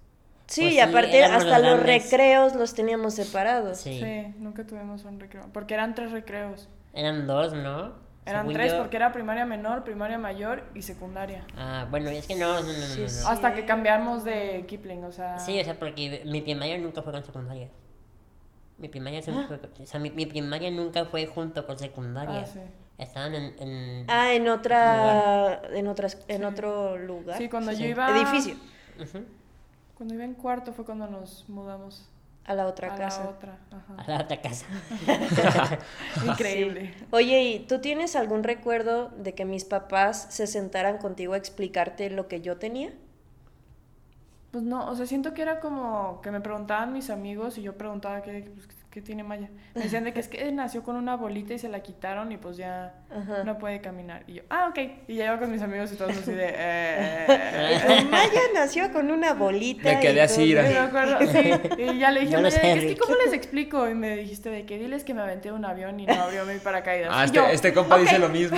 Speaker 3: Sí,
Speaker 1: Pues
Speaker 3: y
Speaker 1: sí,
Speaker 3: aparte
Speaker 1: éramos
Speaker 3: hasta
Speaker 1: los
Speaker 3: los
Speaker 1: grandes.
Speaker 3: recreos los teníamos separados.
Speaker 1: Sí.
Speaker 4: Sí. nunca tuvimos un recreo, porque eran tres recreos.
Speaker 1: Eran dos, ¿no?
Speaker 4: Eran
Speaker 1: Según
Speaker 4: tres
Speaker 1: yo-
Speaker 4: porque era primaria menor, primaria mayor y secundaria.
Speaker 1: Ah, bueno, es que no, no, no, no,
Speaker 3: Sí,
Speaker 1: no.
Speaker 3: sí.
Speaker 4: Hasta que cambiamos de Kipling, o sea...
Speaker 1: Sí, o sea, porque mi primaria nunca fue con secundaria. Mi primaria siempre
Speaker 3: Ah.
Speaker 1: fue con- o sea, mi, mi primaria nunca fue junto con secundaria.
Speaker 4: Ah, sí.
Speaker 1: Estaban en, en-
Speaker 3: Ah, en otra, en otras, en otro lugar.
Speaker 4: Sí, cuando
Speaker 1: Sí,
Speaker 4: yo
Speaker 1: sí.
Speaker 4: iba...
Speaker 3: Edificio.
Speaker 1: Ujú,
Speaker 4: Cuando iba en cuarto fue cuando nos mudamos
Speaker 3: A la otra
Speaker 4: a
Speaker 3: casa.
Speaker 4: la otra. Ajá.
Speaker 1: a la otra casa.
Speaker 4: Increíble.
Speaker 3: Ah, Oye, ¿y tú tienes algún recuerdo de que mis papás se sentaran contigo a explicarte lo que yo tenía?
Speaker 4: Pues no, o sea, siento que era como que me preguntaban mis amigos y yo preguntaba qué, pues, qué tiene Maya. Me decían de que es que nació con una bolita y se la quitaron y pues ya
Speaker 3: Ajá.
Speaker 4: no puede caminar. Y yo, ah, ok. Y ya iba con mis amigos y todos así de... eh,
Speaker 3: Pues Maya nació con una bolita.
Speaker 5: Me quedé
Speaker 3: y
Speaker 5: así,
Speaker 3: todo.
Speaker 4: Me acuerdo, sí. Y ya le dije,
Speaker 1: No lo
Speaker 4: "Oye,
Speaker 1: sé,
Speaker 4: es que
Speaker 1: Rick".
Speaker 4: ¿cómo les explico? Y me dijiste de que diles que me aventé de un avión y no abrió mi paracaídas.
Speaker 5: Ah,
Speaker 4: y, yo,
Speaker 5: este, este compa
Speaker 4: "Ok".
Speaker 5: dice lo mismo.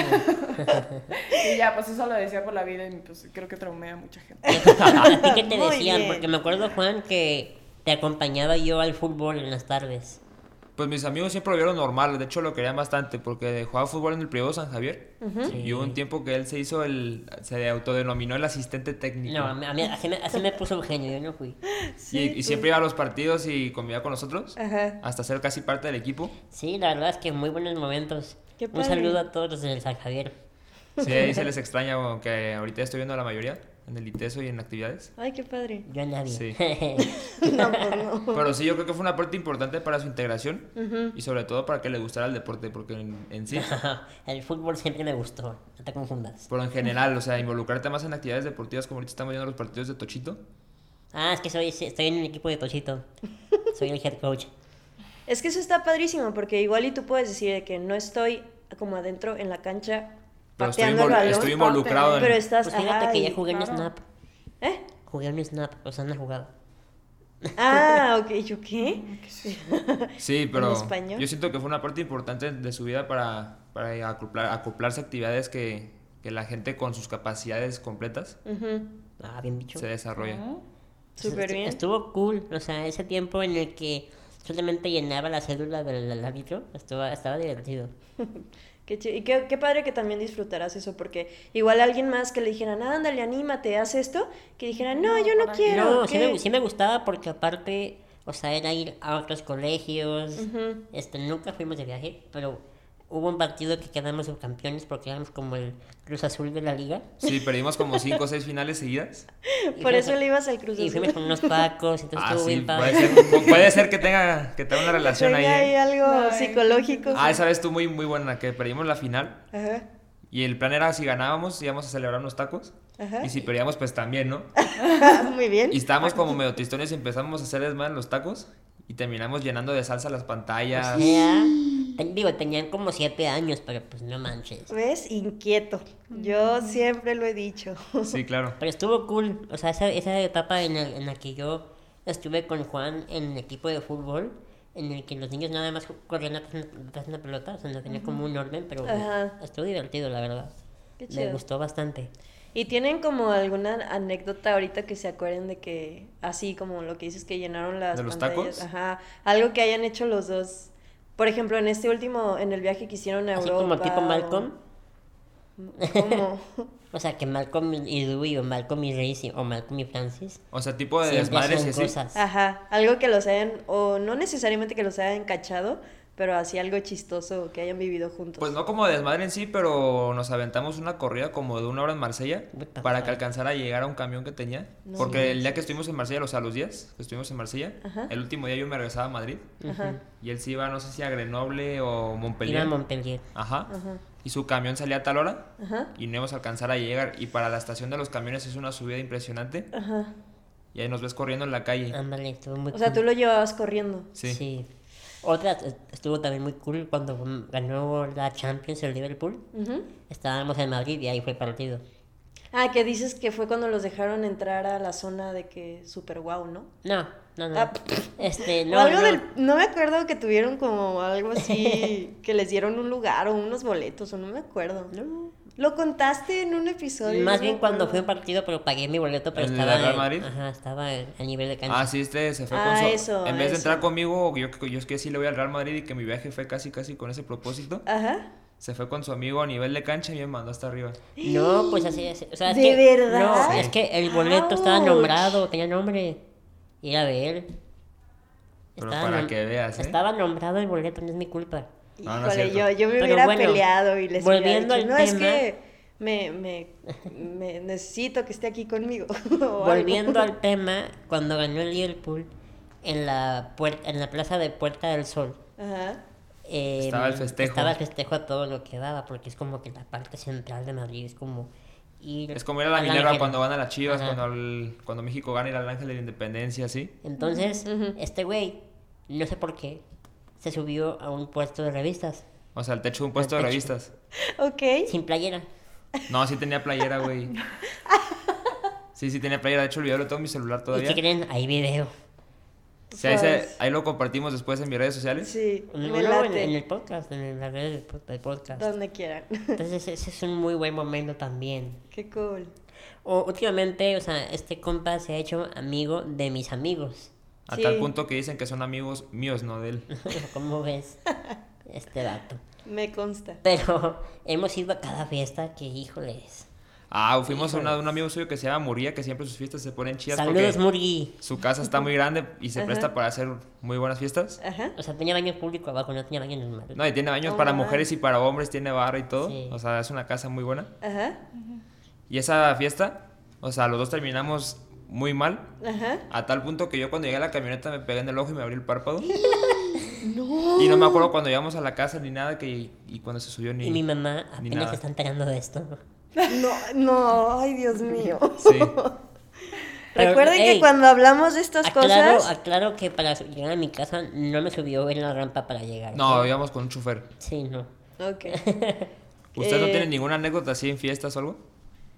Speaker 4: Y ya, pues eso lo decía por la vida y pues creo que traumé a mucha gente.
Speaker 1: ¿A ti qué te
Speaker 3: Muy
Speaker 1: decían?
Speaker 3: bien.
Speaker 1: Porque me acuerdo, Juan, que te acompañaba yo al fútbol en las tardes.
Speaker 5: Pues mis amigos siempre lo vieron normal, de hecho lo querían bastante porque jugaba fútbol en el privado San Javier
Speaker 1: Mm.
Speaker 5: y hubo un tiempo que él se hizo el, se autodenominó el asistente técnico.
Speaker 1: No, a mí, a mí- así, me, así me puso Eugenio, yo no fui.
Speaker 5: y, y siempre iba a los partidos y comía con nosotros
Speaker 3: pues. Ajá.
Speaker 5: hasta ser casi parte del equipo.
Speaker 1: Sí, la verdad es que muy buenos momentos.
Speaker 3: Qué
Speaker 1: Un
Speaker 3: padre.
Speaker 1: saludo a todos los del San Javier.
Speaker 5: Sí, ahí se les extraña, aunque ahorita ya estoy viendo a la mayoría en el ITESO y en actividades.
Speaker 3: Ay, qué padre.
Speaker 1: Yo a nadie.
Speaker 5: Sí.
Speaker 3: No, pues no.
Speaker 5: Pero sí, yo creo que fue un aporte importante para su integración y sobre todo para que le gustara el deporte, porque en, en sí,
Speaker 1: el fútbol siempre me gustó, no te confundas.
Speaker 5: pero en general, o sea, involucrarte más en actividades deportivas como ahorita estamos viendo los partidos de Tochito.
Speaker 1: Ah, es que soy, sí, estoy en el equipo de Tochito. Soy el head coach.
Speaker 3: Es que eso está padrísimo, porque igual y tú puedes decir de que no estoy como adentro en la cancha
Speaker 5: Pero estoy,
Speaker 3: pateando el
Speaker 5: invol-
Speaker 3: balón.
Speaker 5: estoy involucrado en...
Speaker 3: Pero estás.
Speaker 1: Pues fíjate
Speaker 3: ajá,
Speaker 1: que
Speaker 3: y-
Speaker 1: ya jugué en
Speaker 4: claro.
Speaker 1: Snap.
Speaker 3: ¿Eh?
Speaker 1: Jugué en Snap, o sea, no he jugado.
Speaker 3: Ah, ok, ¿yo qué?
Speaker 5: Sí,
Speaker 3: en
Speaker 5: pero
Speaker 3: español.
Speaker 5: yo siento que fue una parte importante de su vida para, para acoplar- acoplarse a actividades que, que la gente con sus capacidades completas
Speaker 3: Ujú,
Speaker 1: Ah, bien dicho.
Speaker 5: se desarrolla.
Speaker 3: Súper
Speaker 1: Estu-
Speaker 3: bien.
Speaker 1: Estuvo cool, o sea, ese tiempo en el que solamente llenaba la cédula del, del árbitro, estuvo, estaba divertido.
Speaker 3: Qué chi- y qué, qué padre que también disfrutarás eso, porque igual alguien más que le dijeran, "Ah, ándale, anímate, haz esto, que dijeran, no, yo no
Speaker 4: para
Speaker 3: quiero.
Speaker 1: No, sí
Speaker 3: ¿qué?".
Speaker 1: me, sí me gustaba porque aparte, o sea, era ir a otros colegios,
Speaker 3: Ujú.
Speaker 1: este, nunca fuimos de viaje, pero hubo un partido que quedamos subcampeones porque éramos como el Cruz Azul de la liga.
Speaker 5: Sí, perdimos como cinco o seis finales seguidas.
Speaker 1: Y
Speaker 3: Por
Speaker 1: fuimos
Speaker 3: eso
Speaker 1: a-
Speaker 3: le ibas al Cruz
Speaker 1: Y fuimos
Speaker 3: Azul.
Speaker 1: con unos pacos, entonces
Speaker 5: Ah,
Speaker 1: estuvo
Speaker 5: sí,
Speaker 1: bien
Speaker 5: puede
Speaker 1: padre.
Speaker 5: ser, puede ser que, tenga, que tenga una relación ahí.
Speaker 3: Traía ahí
Speaker 5: ¿eh?
Speaker 3: algo
Speaker 4: Ay,
Speaker 3: psicológico.
Speaker 5: Ah, esa vez tú muy, muy buena, que perdimos la final
Speaker 3: Ajá,
Speaker 5: y el plan era si ganábamos íbamos a celebrar unos tacos
Speaker 3: ajá. Ah,
Speaker 5: y si perdíamos pues también, ¿no?
Speaker 3: Muy bien.
Speaker 5: Y estábamos como medio tristones y empezamos a hacer desmadre en los tacos y terminamos llenando de salsa las pantallas.
Speaker 1: O sea, ten- digo, tenían como siete años, pero pues no manches.
Speaker 3: ¿Ves? Inquieto. Yo siempre lo he dicho.
Speaker 5: Sí, claro.
Speaker 1: Pero estuvo cool, o sea, esa, esa etapa en, el- en la que yo estuve con Juan en el equipo de fútbol, en el que los niños nada más corrían atrás de una- atrás de una pelota, o sea, no tenía como un orden, pero
Speaker 3: Ajá.
Speaker 1: estuvo divertido, la verdad.
Speaker 3: Qué
Speaker 1: Me
Speaker 3: chido.
Speaker 1: gustó bastante.
Speaker 3: ¿Y tienen como alguna anécdota ahorita que se acuerden de que, así como lo que dices, que llenaron las
Speaker 5: ¿De los
Speaker 3: pantallas?
Speaker 5: tacos?
Speaker 3: Ajá. Algo que hayan hecho los dos. Por ejemplo, en este último, en el viaje que hicieron a
Speaker 1: Así
Speaker 3: Europa.
Speaker 1: como tipo
Speaker 3: o-
Speaker 1: Malcolm,
Speaker 3: como-
Speaker 1: o sea, que Malcolm y Dewey, o Malcolm y Reese, o Malcolm y Francis,
Speaker 5: O sea, tipo de
Speaker 1: siempre
Speaker 5: desmadres y
Speaker 1: hacían
Speaker 5: así.
Speaker 1: cosas.
Speaker 3: Ajá. Algo que los hayan, o no necesariamente que los hayan cachado, pero así algo chistoso que hayan vivido juntos.
Speaker 5: Pues no como desmadre en sí, pero nos aventamos una corrida como de una hora en Marsella
Speaker 1: What the
Speaker 5: para que
Speaker 1: fuck.
Speaker 5: alcanzara a llegar a un camión que tenía.
Speaker 3: No
Speaker 5: porque el día que estuvimos en Marsella, o sea, los días que estuvimos en Marsella,
Speaker 3: Ajá.
Speaker 5: el último día yo me regresaba a Madrid
Speaker 3: Ajá.
Speaker 5: y él sí iba, no sé si a Grenoble o
Speaker 1: Iba
Speaker 5: Montpellier.
Speaker 1: a Montpellier.
Speaker 5: Ajá.
Speaker 3: Ajá.
Speaker 5: Y su camión salía a tal hora
Speaker 3: Ajá.
Speaker 5: y no íbamos a alcanzar a llegar. Y para la estación de los camiones es una subida impresionante
Speaker 3: Ajá.
Speaker 5: y ahí nos ves corriendo en la calle.
Speaker 1: Ándale, estuvo muy
Speaker 3: O sea,
Speaker 1: cool.
Speaker 3: tú lo llevabas corriendo.
Speaker 5: Sí.
Speaker 1: Sí. Otra est- estuvo también muy cool cuando mm, ganó la Champions el Liverpool.
Speaker 3: Ujú.
Speaker 1: Estábamos en Madrid y ahí fue el partido.
Speaker 3: Ah, que dices que fue cuando los dejaron entrar a la zona de que super guau, ¿no?
Speaker 1: No, no, no.
Speaker 3: Ah,
Speaker 1: este,
Speaker 3: o
Speaker 1: no,
Speaker 3: algo
Speaker 1: no.
Speaker 3: del, no me acuerdo que tuvieron como algo así, que les dieron un lugar o unos boletos, o no me acuerdo.
Speaker 1: No.
Speaker 3: Lo contaste en un episodio.
Speaker 1: Más
Speaker 3: no
Speaker 1: bien
Speaker 3: me
Speaker 1: cuando fue
Speaker 3: acuerdo.
Speaker 1: un partido, pero pagué mi boleto, pero
Speaker 5: ¿El de
Speaker 1: estaba.
Speaker 5: Real
Speaker 1: en-
Speaker 5: Madrid?
Speaker 1: Ajá, estaba en- a nivel de cancha.
Speaker 5: Ah, sí, este se fue
Speaker 3: Ah,
Speaker 5: con su...
Speaker 3: eso,
Speaker 5: en vez de
Speaker 3: eso.
Speaker 5: entrar conmigo, yo, yo es que sí le voy al Real Madrid y que mi viaje fue casi, casi con ese propósito.
Speaker 1: Ah.
Speaker 3: Ajá.
Speaker 5: Se fue con su amigo a nivel de cancha y me mandó hasta arriba.
Speaker 1: No, pues así es. O sea, es
Speaker 3: ¿De
Speaker 1: que,
Speaker 3: verdad?
Speaker 1: No,
Speaker 3: Sí.
Speaker 1: es que el boleto estaba
Speaker 3: Ouch.
Speaker 1: nombrado, tenía nombre. Y era de él.
Speaker 5: Pero
Speaker 1: Estaba
Speaker 5: para
Speaker 1: nom-
Speaker 5: que veas, ¿eh?
Speaker 1: Estaba nombrado el boleto, no es mi culpa.
Speaker 5: No, no es
Speaker 3: Híjole, yo,
Speaker 5: cierto.
Speaker 3: yo me
Speaker 1: Pero
Speaker 3: hubiera
Speaker 1: bueno,
Speaker 3: peleado y les hubiera
Speaker 1: volviendo
Speaker 3: dicho,
Speaker 1: al
Speaker 3: no, es
Speaker 1: tema-
Speaker 3: que me, me, me necesito que esté aquí conmigo. o algo.
Speaker 1: Volviendo al tema, cuando ganó el Liverpool en la, puer- en la plaza de Puerta del Sol,
Speaker 3: Ajá.
Speaker 1: eh,
Speaker 5: Estaba el festejo.
Speaker 1: Estaba el festejo a todo lo que daba, porque es como que la parte central de Madrid es como ir.
Speaker 5: Es como ir a la
Speaker 1: al
Speaker 5: Minerva
Speaker 1: Ángel.
Speaker 5: cuando van a las Chivas,
Speaker 1: Ajá.
Speaker 5: cuando, el- cuando México gana ir al Ángel de la Independencia, así.
Speaker 1: Entonces, este güey, no sé por qué, se subió a un puesto de revistas,
Speaker 5: O sea, el techo de un puesto de
Speaker 1: techo.
Speaker 5: revistas.
Speaker 3: Ok.
Speaker 1: sin playera.
Speaker 5: No, sí tenía playera, güey. Sí, sí tenía playera. De hecho, el video lo tengo en mi celular
Speaker 1: ¿Y qué
Speaker 5: todavía.
Speaker 1: creen? Hay video.
Speaker 5: Sí, ahí, se-
Speaker 3: Pues-
Speaker 5: ahí lo compartimos después en mis redes sociales.
Speaker 3: Sí,
Speaker 1: No,
Speaker 3: me
Speaker 1: no, en,
Speaker 3: late.
Speaker 1: en el podcast, en las redes del pod- del podcast.
Speaker 3: Donde quieran.
Speaker 1: Entonces, ese es un muy buen momento también.
Speaker 3: Qué cool.
Speaker 1: O, últimamente, o sea, este compa se ha hecho amigo de mis amigos.
Speaker 5: A
Speaker 3: Sí.
Speaker 5: tal punto que dicen que son amigos míos, no de él.
Speaker 1: ¿Cómo ves este dato?
Speaker 3: Me consta.
Speaker 1: Pero hemos ido a cada fiesta que, híjoles.
Speaker 5: Ah, fuimos a una de un amigo suyo que se llama Muría, que siempre sus fiestas se ponen chidas
Speaker 1: Saludos,
Speaker 5: porque
Speaker 1: Murgi.
Speaker 5: su casa está muy grande y se presta para hacer muy buenas fiestas.
Speaker 3: Ajá.
Speaker 1: O sea, tenía baño público abajo, no tenía baño normal.
Speaker 5: No, y tiene baños
Speaker 3: Oh,
Speaker 5: para
Speaker 3: wow.
Speaker 5: mujeres y para hombres, tiene barra y todo.
Speaker 1: Sí.
Speaker 5: O sea, es una casa muy buena.
Speaker 3: Ajá.
Speaker 5: Y esa fiesta, o sea, los dos terminamos muy mal.
Speaker 3: Ajá.
Speaker 5: A tal punto que yo cuando llegué a la camioneta me pegué en el ojo y me abrí el párpado. Y no me acuerdo cuando llegamos a la casa ni nada que y cuando se subió ni.
Speaker 1: Y mi mamá
Speaker 5: ni
Speaker 1: apenas
Speaker 5: nada.
Speaker 1: se está enterando de esto.
Speaker 3: No, no, ay Dios mío.
Speaker 5: Sí.
Speaker 1: Pero,
Speaker 3: Recuerden que
Speaker 1: ey,
Speaker 3: cuando hablamos de estas
Speaker 1: Aclaro,
Speaker 3: cosas,
Speaker 1: aclaro que para su- llegar a mi casa no me subió en la rampa para llegar.
Speaker 5: No, íbamos con un chofer.
Speaker 1: Sí, no.
Speaker 3: Ok.
Speaker 5: ¿Usted no
Speaker 3: Eh,
Speaker 5: tiene ninguna anécdota así en fiestas o algo?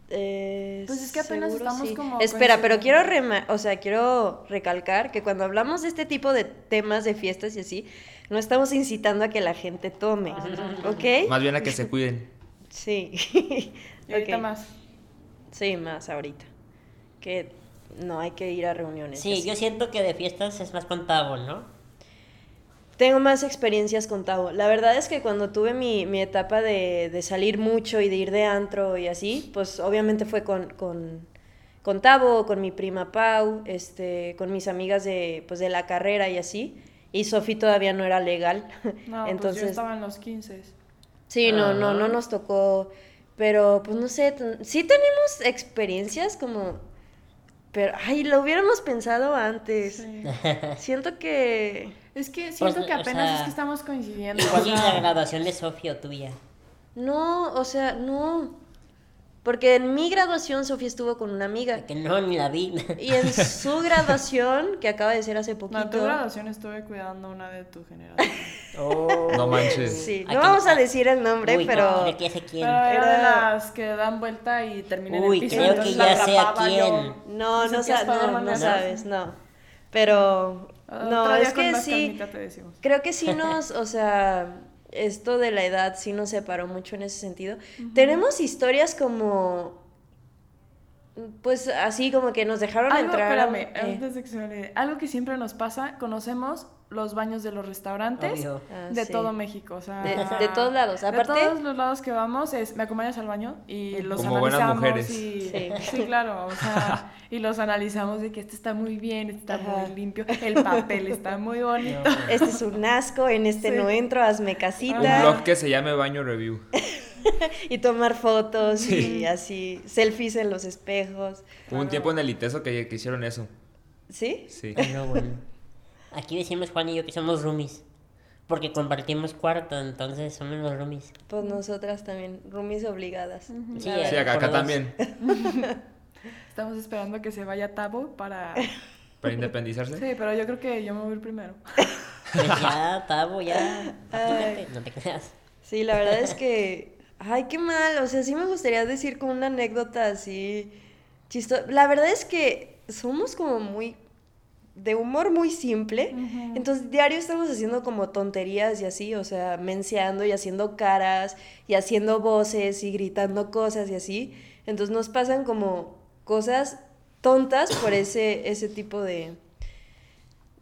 Speaker 3: Eh,
Speaker 4: Pues es que apenas
Speaker 3: seguro
Speaker 4: estamos como
Speaker 3: Espera, pero
Speaker 4: coincidiendo.
Speaker 3: quiero rema- o sea, quiero recalcar que cuando hablamos de este tipo de temas de fiestas y así, no estamos incitando a que la gente tome, ¿ok?
Speaker 5: Más bien a que se cuiden.
Speaker 3: Sí.
Speaker 4: Y ahorita
Speaker 3: Ok.
Speaker 4: más.
Speaker 3: Sí, más ahorita. Que no hay que ir a reuniones. y
Speaker 1: Sí,
Speaker 3: así.
Speaker 1: yo siento que de fiestas es más contado, ¿no?
Speaker 3: Tengo más experiencias con Tavo. La verdad es que cuando tuve mi, mi etapa de, de salir mucho y de ir de antro y así, pues obviamente fue con, con, con Tavo, con mi prima Pau, este, con mis amigas de, pues, de la carrera y así. Y Sofi todavía no era legal.
Speaker 4: No, pues yo
Speaker 3: Entonces,
Speaker 4: estaba en los 15.
Speaker 3: sí, no, no, no nos tocó. Pero, pues no sé, ten- sí tenemos experiencias como... Pero, ay, lo hubiéramos pensado antes.
Speaker 4: Sí.
Speaker 3: Siento que...
Speaker 4: Es que siento
Speaker 1: Pues,
Speaker 4: que
Speaker 1: o
Speaker 4: apenas
Speaker 1: sea,
Speaker 4: es que estamos coincidiendo.
Speaker 1: ¿Cuál
Speaker 4: o
Speaker 1: es la
Speaker 4: sea,
Speaker 1: graduación de Sofía o tuya?
Speaker 3: No, o sea, no. Porque en mi graduación Sofía estuvo con una amiga.
Speaker 1: Que no, ni la vi.
Speaker 3: Y en su graduación, que acaba de ser hace
Speaker 4: no, tu
Speaker 3: poquito.
Speaker 4: graduación estuve cuidando una de tu generación.
Speaker 5: No manches.
Speaker 3: Sí,
Speaker 1: Ay,
Speaker 3: no
Speaker 1: que-
Speaker 3: vamos a decir el nombre,
Speaker 1: Uy,
Speaker 3: pero.
Speaker 1: creo que ya sé quién.
Speaker 4: Pero era
Speaker 3: Era-
Speaker 4: de las que dan vuelta y terminan en
Speaker 1: Uy,
Speaker 4: el piso.
Speaker 1: creo que
Speaker 4: entonces
Speaker 1: ya
Speaker 4: la
Speaker 1: sé a
Speaker 4: atrapaba yo.
Speaker 1: quién.
Speaker 3: No, no,
Speaker 4: Sentías
Speaker 3: sa-
Speaker 4: para
Speaker 3: no,
Speaker 4: darme
Speaker 3: no
Speaker 4: la-
Speaker 3: sabes, no. Pero.
Speaker 4: Otro
Speaker 3: No,
Speaker 4: día
Speaker 3: es
Speaker 4: Ah, con
Speaker 3: que
Speaker 4: más
Speaker 3: sí.
Speaker 4: calmita te decimos.
Speaker 3: Creo que sí nos, o sea, esto de la edad sí nos separó mucho en ese sentido. Tenemos historias como. Pues así como que nos dejaron
Speaker 4: Algo,
Speaker 3: entrar. a un-
Speaker 4: espérame,
Speaker 3: eh,
Speaker 4: antes de que se me olvide, Algo que siempre nos pasa, conocemos los baños de los restaurantes
Speaker 1: Obvio.
Speaker 3: Ah,
Speaker 4: de
Speaker 3: sí.
Speaker 4: todo México. O sea,
Speaker 3: De- de todos lados. Aparte-
Speaker 4: De todos los lados que vamos, es, me acompañas al baño y los
Speaker 5: Eh, Como buenas
Speaker 4: analizamos.
Speaker 5: mujeres.
Speaker 4: Y,
Speaker 3: Sí.
Speaker 4: sí. claro. O sea, y los analizamos de que este está muy bien, este está
Speaker 3: Ajá.
Speaker 4: muy limpio, el papel está muy bonito.
Speaker 3: Este es un asco, en este
Speaker 4: Sí.
Speaker 3: no entro, hazme
Speaker 5: Un
Speaker 3: casita.
Speaker 5: blog que se llame Baño Review.
Speaker 3: Y tomar fotos y así, selfies en los espejos.
Speaker 5: Hubo un tiempo en el ITESO que, que hicieron eso.
Speaker 3: ¿Sí?
Speaker 5: Sí.
Speaker 1: Ah, no, bueno. Aquí decimos Juan y yo que somos roomies. Porque compartimos cuarto, entonces somos los roomies.
Speaker 3: Pues nosotras también, roomies obligadas.
Speaker 1: Sí,
Speaker 5: Sí, acá, acá
Speaker 1: por dos.
Speaker 5: también.
Speaker 4: Estamos esperando que se vaya Tabo para...
Speaker 5: Para independizarse.
Speaker 4: Sí, pero yo creo que yo me voy a ir primero.
Speaker 1: Pues ya, Tavo, ya. apúrate, No te creas.
Speaker 3: Sí, la verdad es que, ay, qué mal. O sea, sí me gustaría decir como una anécdota así chistosa. La verdad es que somos como muy de humor muy simple. Entonces, diario estamos haciendo como tonterías y así, o sea, menseando y haciendo caras y haciendo voces y gritando cosas y así. Entonces, nos pasan como cosas tontas por ese ese tipo de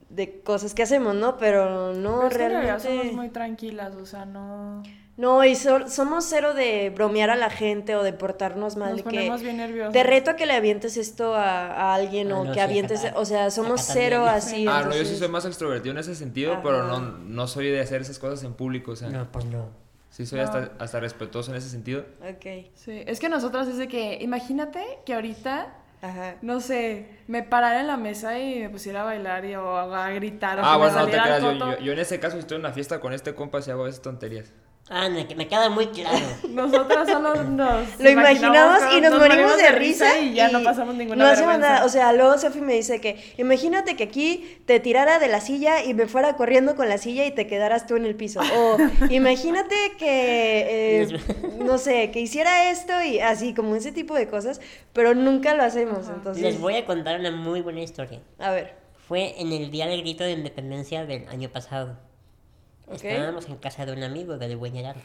Speaker 3: de cosas que hacemos, ¿no? Pero no
Speaker 4: Pero es que en
Speaker 3: realmente
Speaker 4: realidad somos muy tranquilas, o sea, no...
Speaker 3: no, y so- somos cero de bromear a la gente o de portarnos mal.
Speaker 4: Nos
Speaker 3: de
Speaker 4: ponemos
Speaker 3: que
Speaker 4: bien nerviosas.
Speaker 3: te reto a que le avientes esto a, a alguien
Speaker 1: Ah,
Speaker 3: o
Speaker 1: no,
Speaker 3: que
Speaker 1: sí,
Speaker 3: avientes.
Speaker 1: acá-
Speaker 3: o sea, somos
Speaker 1: acá
Speaker 3: cero
Speaker 1: también.
Speaker 3: así.
Speaker 5: ah, no, yo sí
Speaker 3: entonces-
Speaker 5: soy más extrovertido en ese sentido,
Speaker 3: Ajá.
Speaker 5: pero no, no soy de hacer esas cosas en público. O sea,
Speaker 1: No, pues no.
Speaker 5: sí soy hasta, hasta respetuoso en ese sentido.
Speaker 3: Ok.
Speaker 4: Sí, es que nosotras es de que, imagínate que ahorita,
Speaker 3: Ajá.
Speaker 4: no sé, me parara en la mesa y me pusiera a bailar y, o a gritar. o que
Speaker 5: Ah,
Speaker 4: me
Speaker 5: bueno, no te
Speaker 4: saliera
Speaker 5: creas.
Speaker 4: el
Speaker 5: Yo,
Speaker 4: coto.
Speaker 5: yo, yo en ese caso, si estoy en una fiesta con este compa, si hago esas tonterías.
Speaker 1: Ah, no, que me queda muy claro.
Speaker 4: Nosotras solo nos.
Speaker 3: Lo imaginamos
Speaker 4: cosas,
Speaker 3: y nos, morimos de risa.
Speaker 4: y ya no pasamos ninguna
Speaker 3: no hacemos
Speaker 4: vergüenza.
Speaker 3: nada. O sea, luego Sofi me dice que imagínate que aquí te tirara de la silla y me fuera corriendo con la silla y te quedaras tú en el piso. O imagínate que, eh, no sé, que hiciera esto y así, como ese tipo de cosas, pero nunca lo hacemos. Entonces,
Speaker 1: Les voy a contar una muy buena historia.
Speaker 3: a ver.
Speaker 1: Fue en el Día del Grito de Independencia del año pasado.
Speaker 3: Ok.
Speaker 1: Estábamos en casa de un amigo del buen Gerardo.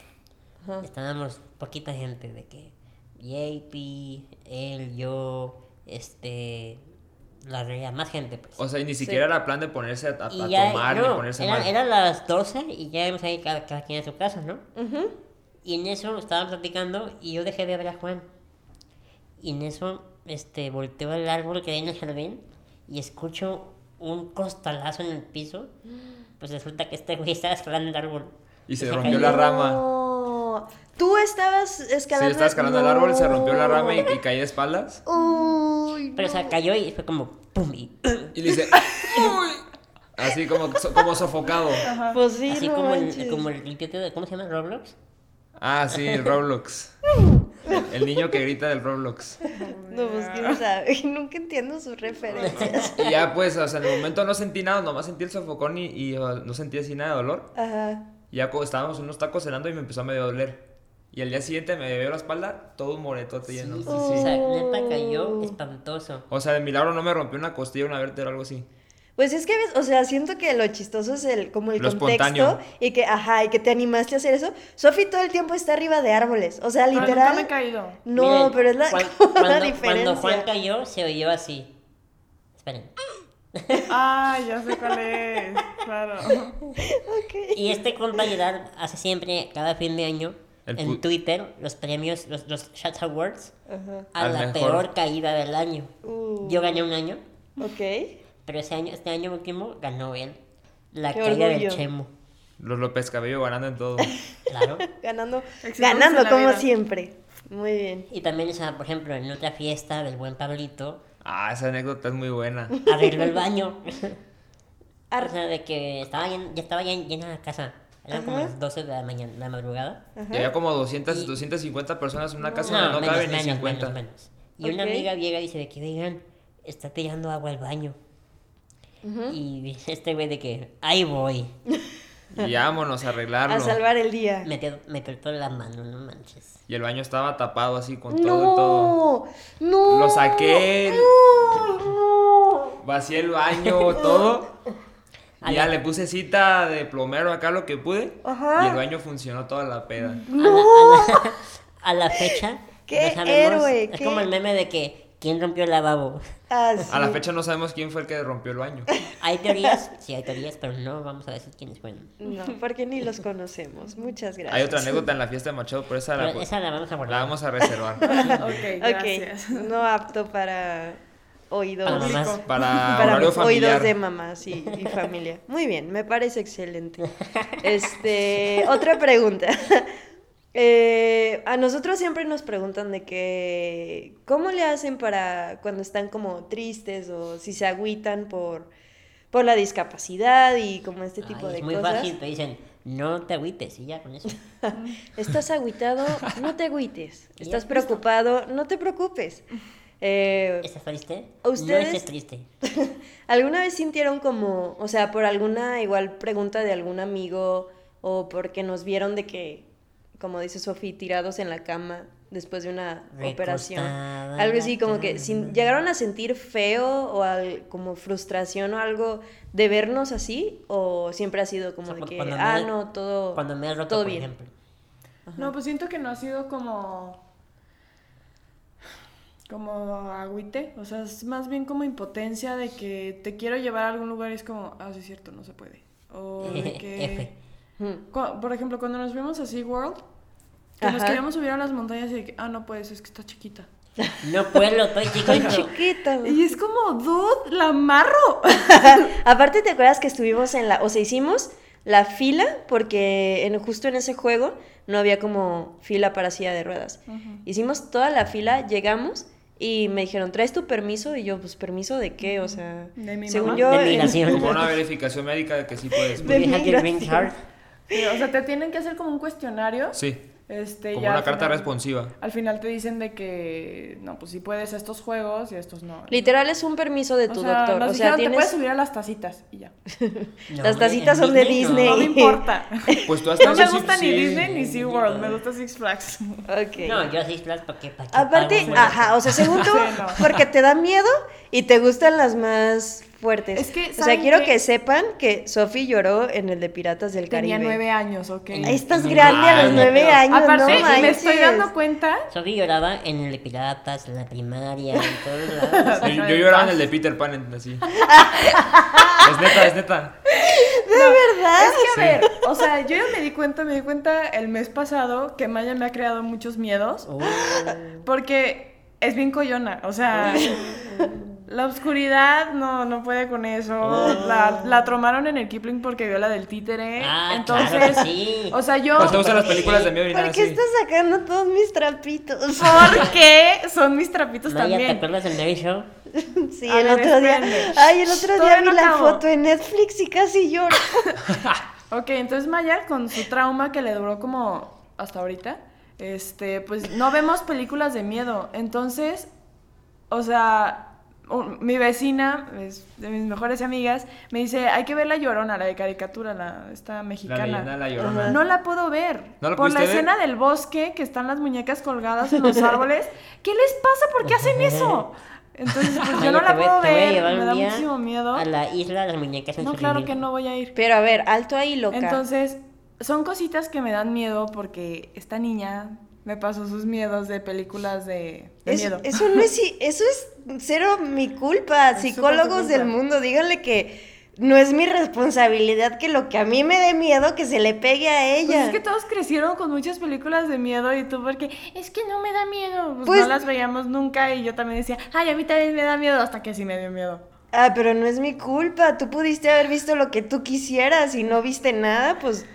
Speaker 3: Ajá.
Speaker 1: Estábamos poquita gente de que JP, él, yo, este, la reía más gente, pues.
Speaker 5: O sea, y ni siquiera era plan de ponerse a, a-
Speaker 1: y
Speaker 5: a
Speaker 1: ya,
Speaker 5: tomar ni
Speaker 1: no,
Speaker 5: ponerse
Speaker 1: eran,
Speaker 5: mal.
Speaker 1: eran las 12 y ya íbamos a ir cada, cada quien a su casa, ¿no? Y en eso estaban platicando y yo dejé de ver a Juan. Y en eso este, volteo al árbol que hay en el jardín y escucho un costalazo en el piso. Pues resulta que este güey estaba escalando el árbol.
Speaker 5: Y se
Speaker 1: cayó.
Speaker 5: rompió la rama.
Speaker 3: No. Tú estabas
Speaker 5: Sí,
Speaker 3: escalando.
Speaker 5: yo estaba escalando el
Speaker 3: No.
Speaker 5: árbol, se rompió la rama y, y caí de espaldas.
Speaker 3: Uy.
Speaker 1: Pero o sea, cayó y fue como pum y
Speaker 5: Y le hice... "Uy", Así como, so- como sofocado.
Speaker 3: Pues sí,
Speaker 1: así
Speaker 3: no
Speaker 1: como el,
Speaker 3: manches.
Speaker 1: como el idiota de- ¿cómo se llama? Roblox.
Speaker 5: Ah, sí, el Roblox. El niño que grita del Roblox.
Speaker 3: No, pues quién sabe. Nunca entiendo sus referencias.
Speaker 5: Y ya pues, o sea, en el momento no sentí nada, nomás sentí el sofocón y, y, uh, no sentí así nada de dolor.
Speaker 3: Ajá.
Speaker 5: Y ya como estábamos en unos tacos cenando y me empezó a medio doler. Y al día siguiente me veo la espalda todo un moretote lleno.
Speaker 1: Sí, sí,
Speaker 5: Sí,
Speaker 1: O
Speaker 5: sí.
Speaker 1: sea, neta cayó espantoso.
Speaker 5: O sea, de milagro no me rompió una costilla, una vértebra o algo así.
Speaker 3: Pues es que, ves, o sea, siento que lo chistoso es el, como el
Speaker 5: Lo
Speaker 3: contexto
Speaker 5: espontáneo.
Speaker 3: y que, ajá, y que te animaste a hacer eso. Sofi todo el tiempo está arriba de árboles, o sea,
Speaker 1: Ah,
Speaker 4: Pero
Speaker 3: literal.
Speaker 4: nunca me he caído.
Speaker 3: No,
Speaker 1: Miren,
Speaker 3: pero es la,
Speaker 1: cuan-
Speaker 3: como la
Speaker 1: cuando,
Speaker 3: diferencia.
Speaker 1: cuando Juan cayó, se oyó así. Esperen.
Speaker 4: Ah, ya sé cuál es. Claro.
Speaker 1: Y este compa Gerard hace siempre, cada fin de año,
Speaker 5: El
Speaker 1: en
Speaker 5: pu-
Speaker 1: Twitter, los premios, los, los Shots Awards,
Speaker 3: Ajá.
Speaker 1: a
Speaker 5: Al
Speaker 1: la
Speaker 5: mejor.
Speaker 1: peor caída del año.
Speaker 3: Uh,
Speaker 1: Yo gané un año,
Speaker 3: Ok.
Speaker 1: pero ese año, este año último ganó él. La
Speaker 3: Qué
Speaker 1: caída
Speaker 3: orgullo.
Speaker 1: del Chemo.
Speaker 5: Los López Cabello ganando en todo.
Speaker 1: Claro.
Speaker 3: Ganando,
Speaker 4: Exitosa en
Speaker 3: ganando
Speaker 4: la
Speaker 3: como
Speaker 4: vida.
Speaker 3: siempre. Muy bien.
Speaker 1: Y también, o sea, por ejemplo, en otra fiesta del buen Pablito,
Speaker 5: Ah, esa anécdota es muy buena.
Speaker 1: arregló el baño.
Speaker 3: Ar-
Speaker 1: o sea, de que estaba llen- ya estaba llen- llena la casa. Eran como las 12 de la mañana, de la madrugada.
Speaker 5: Y había como 200, 250 personas en una casa donde no
Speaker 1: menos,
Speaker 5: caben ni
Speaker 1: menos,
Speaker 5: 50.
Speaker 1: menos, menos. Y una
Speaker 3: Ok.
Speaker 1: amiga llega y dice de que, oigan, está tirando agua al baño. Y dice este güey de que, ahí voy.
Speaker 5: Y vámonos a arreglarlo.
Speaker 3: A salvar el día.
Speaker 1: Me, pe- me apretó la mano, no manches.
Speaker 5: Y el baño estaba tapado así con todo y todo.
Speaker 3: No, no.
Speaker 5: Lo saqué.
Speaker 3: No, no.
Speaker 5: Vacié el baño, todo.
Speaker 1: A
Speaker 5: Y ya
Speaker 1: la-
Speaker 5: le puse cita de plomero acá lo que pude.
Speaker 3: Ajá.
Speaker 5: Y el baño funcionó toda la peda.
Speaker 1: A, la, a la- a la fecha,
Speaker 3: ¡Qué
Speaker 1: no sabemos.
Speaker 3: héroe!
Speaker 1: Es
Speaker 3: ¡Qué-
Speaker 1: como el meme de que, ¿quién rompió el lavabo?
Speaker 3: Ah,
Speaker 5: A la
Speaker 3: sí.
Speaker 5: fecha no sabemos quién fue el que rompió el baño.
Speaker 1: Hay teorías, sí hay teorías, pero no vamos a decir quiénes fueron.
Speaker 3: No, porque ni los conocemos. Muchas gracias.
Speaker 5: Hay otra anécdota en la fiesta de Machado, pero esa la,
Speaker 1: Pero esa la vamos a
Speaker 5: la
Speaker 1: guardar.
Speaker 5: vamos a reservar.
Speaker 4: Ok, gracias.
Speaker 3: Ok, no apto para oídos.
Speaker 1: Para mamás.
Speaker 5: Para,
Speaker 3: Para
Speaker 5: horario familiar.
Speaker 3: oídos de mamás y, y familia. Muy bien, me parece excelente. Este, otra pregunta. Eh, a nosotros siempre nos preguntan de que cómo le hacen para cuando están como tristes o si se agüitan por, por la discapacidad y como este tipo
Speaker 1: Ay,
Speaker 3: de
Speaker 1: es muy
Speaker 3: cosas.
Speaker 1: fácil, te dicen, no te agüites y ya con eso.
Speaker 3: Estás agüitado, no te agüites.
Speaker 1: Ya,
Speaker 3: Estás
Speaker 1: listo.
Speaker 3: preocupado, no te preocupes. Eh,
Speaker 1: ¿Estás triste? No
Speaker 3: Ustedes-
Speaker 1: estés triste.
Speaker 3: ¿Alguna vez sintieron como, o sea, por alguna igual pregunta de algún amigo o porque nos vieron de que, como dice Sofi, tirados en la cama después de una
Speaker 1: Recostada
Speaker 3: operación?
Speaker 1: en
Speaker 3: Algo
Speaker 1: la
Speaker 3: así como que sin-
Speaker 1: cama.
Speaker 3: llegaron a sentir feo o al- como frustración o algo de vernos así o siempre ha sido
Speaker 1: O
Speaker 3: como
Speaker 1: sea,
Speaker 3: de
Speaker 1: cu-
Speaker 3: que,
Speaker 1: cuando me-
Speaker 3: ah, no, todo
Speaker 1: Cuando me he roto,
Speaker 3: todo
Speaker 1: por
Speaker 3: bien.
Speaker 1: ejemplo.
Speaker 4: No, pues siento que no ha sido como. como agüite. O sea, es más bien como impotencia de que te quiero llevar a algún lugar y es como, ah, sí, es cierto, no se puede. O de
Speaker 1: F.
Speaker 4: que.
Speaker 3: Ujú.
Speaker 4: Cu- Por ejemplo, cuando nos vimos a SeaWorld, que nos
Speaker 3: Ajá.
Speaker 4: queríamos subir a las montañas y de que, ah, no puedes, es que está chiquita.
Speaker 1: No puedo, estoy chiquito.
Speaker 3: Chiquito.
Speaker 4: Y es como, dude, la amarro.
Speaker 3: Aparte, ¿te acuerdas que estuvimos en la, o sea, hicimos la fila porque en, justo en ese juego no había como fila para silla de ruedas. Hicimos toda la fila, llegamos y me dijeron, ¿traes tu permiso? Y yo, pues, ¿permiso de qué? O sea,
Speaker 4: De mi
Speaker 3: según
Speaker 4: mamá.
Speaker 3: yo...
Speaker 1: De
Speaker 3: en-
Speaker 1: migración.
Speaker 5: Como una verificación médica de que sí puedes.
Speaker 3: De
Speaker 1: You had your green
Speaker 3: migración.
Speaker 1: card.
Speaker 4: Sí, o sea, te tienen que hacer como un cuestionario.
Speaker 5: Sí.
Speaker 4: Este,
Speaker 5: Como
Speaker 4: ya
Speaker 5: una
Speaker 4: al
Speaker 5: carta
Speaker 4: final-
Speaker 5: responsiva.
Speaker 4: Al final te dicen de que, no, pues sí puedes a estos juegos y a estos no.
Speaker 3: Literal es un permiso de
Speaker 4: O
Speaker 3: tu
Speaker 4: sea,
Speaker 3: doctor.
Speaker 4: nos
Speaker 3: o sea,
Speaker 4: dijeron, te puedes
Speaker 3: tienes...
Speaker 4: subir a las tacitas y ya.
Speaker 1: No,
Speaker 3: Las
Speaker 1: hombre,
Speaker 3: tacitas
Speaker 1: en
Speaker 3: son de Disney.
Speaker 4: No
Speaker 1: no.
Speaker 4: me importa.
Speaker 5: Pues tú has
Speaker 4: No me
Speaker 5: estado en
Speaker 4: gusta ni
Speaker 5: Six-
Speaker 4: Disney ni
Speaker 1: Sí.
Speaker 4: SeaWorld, me gusta Six Flags.
Speaker 3: Ok.
Speaker 1: No, yo así Flash porque para
Speaker 3: Aparte, ajá, o sea, según tú,
Speaker 4: Sí, no.
Speaker 3: porque te da miedo y te gustan las más fuertes.
Speaker 4: Es que,
Speaker 3: o sea,
Speaker 4: ¿saben
Speaker 3: quiero
Speaker 4: qué?
Speaker 3: que sepan que Sofi lloró en el de Piratas del
Speaker 4: Tenía
Speaker 3: Caribe.
Speaker 4: nueve años, ok.
Speaker 3: Estás grande a
Speaker 1: Ay,
Speaker 3: los nueve
Speaker 1: pero-
Speaker 3: años,
Speaker 4: Aparte,
Speaker 3: no
Speaker 4: me
Speaker 3: manches.
Speaker 4: estoy dando cuenta.
Speaker 1: Sofi lloraba en el de Piratas, en la primaria, en todos lados.
Speaker 5: Yo, yo lloraba en el de Peter Pan, en- así. es neta, es neta.
Speaker 4: Es que a ver, o sea, yo ya me di cuenta, me di cuenta el mes pasado que Maya me ha creado muchos miedos
Speaker 1: Oh,
Speaker 4: porque es bien coyona, o sea, la oscuridad no, no puede con eso. La, la tromaron en el Kipling porque vio la del títere.
Speaker 1: Oh. Ah,
Speaker 4: entonces,
Speaker 1: claro que sí.
Speaker 4: o sea, yo
Speaker 5: O sea, usa las películas de miedo y nada
Speaker 3: ¿Por qué
Speaker 5: así.
Speaker 3: estás sacando todos mis trapitos?
Speaker 4: porque son mis trapitos
Speaker 1: Maya, ¿te
Speaker 4: también. Pues
Speaker 1: acuerdas del Mary Show?
Speaker 3: Sí,
Speaker 4: A
Speaker 3: el
Speaker 4: ver,
Speaker 3: otro día.
Speaker 4: espérenme.
Speaker 3: Ay, el otro día
Speaker 4: Todavía
Speaker 3: vi
Speaker 4: no
Speaker 3: la
Speaker 4: acabo.
Speaker 3: foto en Netflix y casi lloro.
Speaker 4: Ok, entonces Maya, con su trauma que le duró como hasta ahorita, este, pues no vemos películas de miedo. Entonces, o sea, un- mi vecina, es de mis mejores amigas, me dice, hay que ver La Llorona, la de caricatura, la, esta
Speaker 5: La leyenda,
Speaker 4: mexicana.
Speaker 5: la llorona.
Speaker 4: no la puedo ver.
Speaker 5: ¿No la
Speaker 4: Por la
Speaker 5: pudiste ver?
Speaker 4: escena del bosque, que están las muñecas colgadas en los árboles. ¿Qué les pasa? ¿Por qué hacen eso? Entonces, pues yo
Speaker 1: Maya,
Speaker 4: no la
Speaker 1: te voy-
Speaker 4: puedo
Speaker 1: te voy a
Speaker 4: ver.
Speaker 1: llevar
Speaker 4: Me
Speaker 1: un
Speaker 4: da
Speaker 1: día
Speaker 4: muchísimo miedo.
Speaker 1: A la isla de las muñecas en
Speaker 4: No, claro que no voy a ir.
Speaker 3: Pero a ver, alto ahí, loca.
Speaker 4: Entonces, son cositas que me dan miedo porque esta niña me pasó sus miedos de películas de, de
Speaker 3: Es-
Speaker 4: miedo.
Speaker 3: Eso no es, eso es cero mi culpa.
Speaker 4: Es súper tu
Speaker 3: Psicólogos del
Speaker 4: culpa.
Speaker 3: mundo, díganle que no es mi responsabilidad que lo que a mí me dé miedo que se le pegue a
Speaker 4: Pues
Speaker 3: ella.
Speaker 4: es que todos crecieron con muchas películas de miedo y tú porque es que no me da miedo. Pues,
Speaker 3: Pues-
Speaker 4: no las veíamos nunca y yo también decía, ay, a mí también me da miedo hasta que sí me dio miedo.
Speaker 3: Ah, pero no es mi culpa. Tú pudiste haber visto lo que tú quisieras y no viste nada, pues.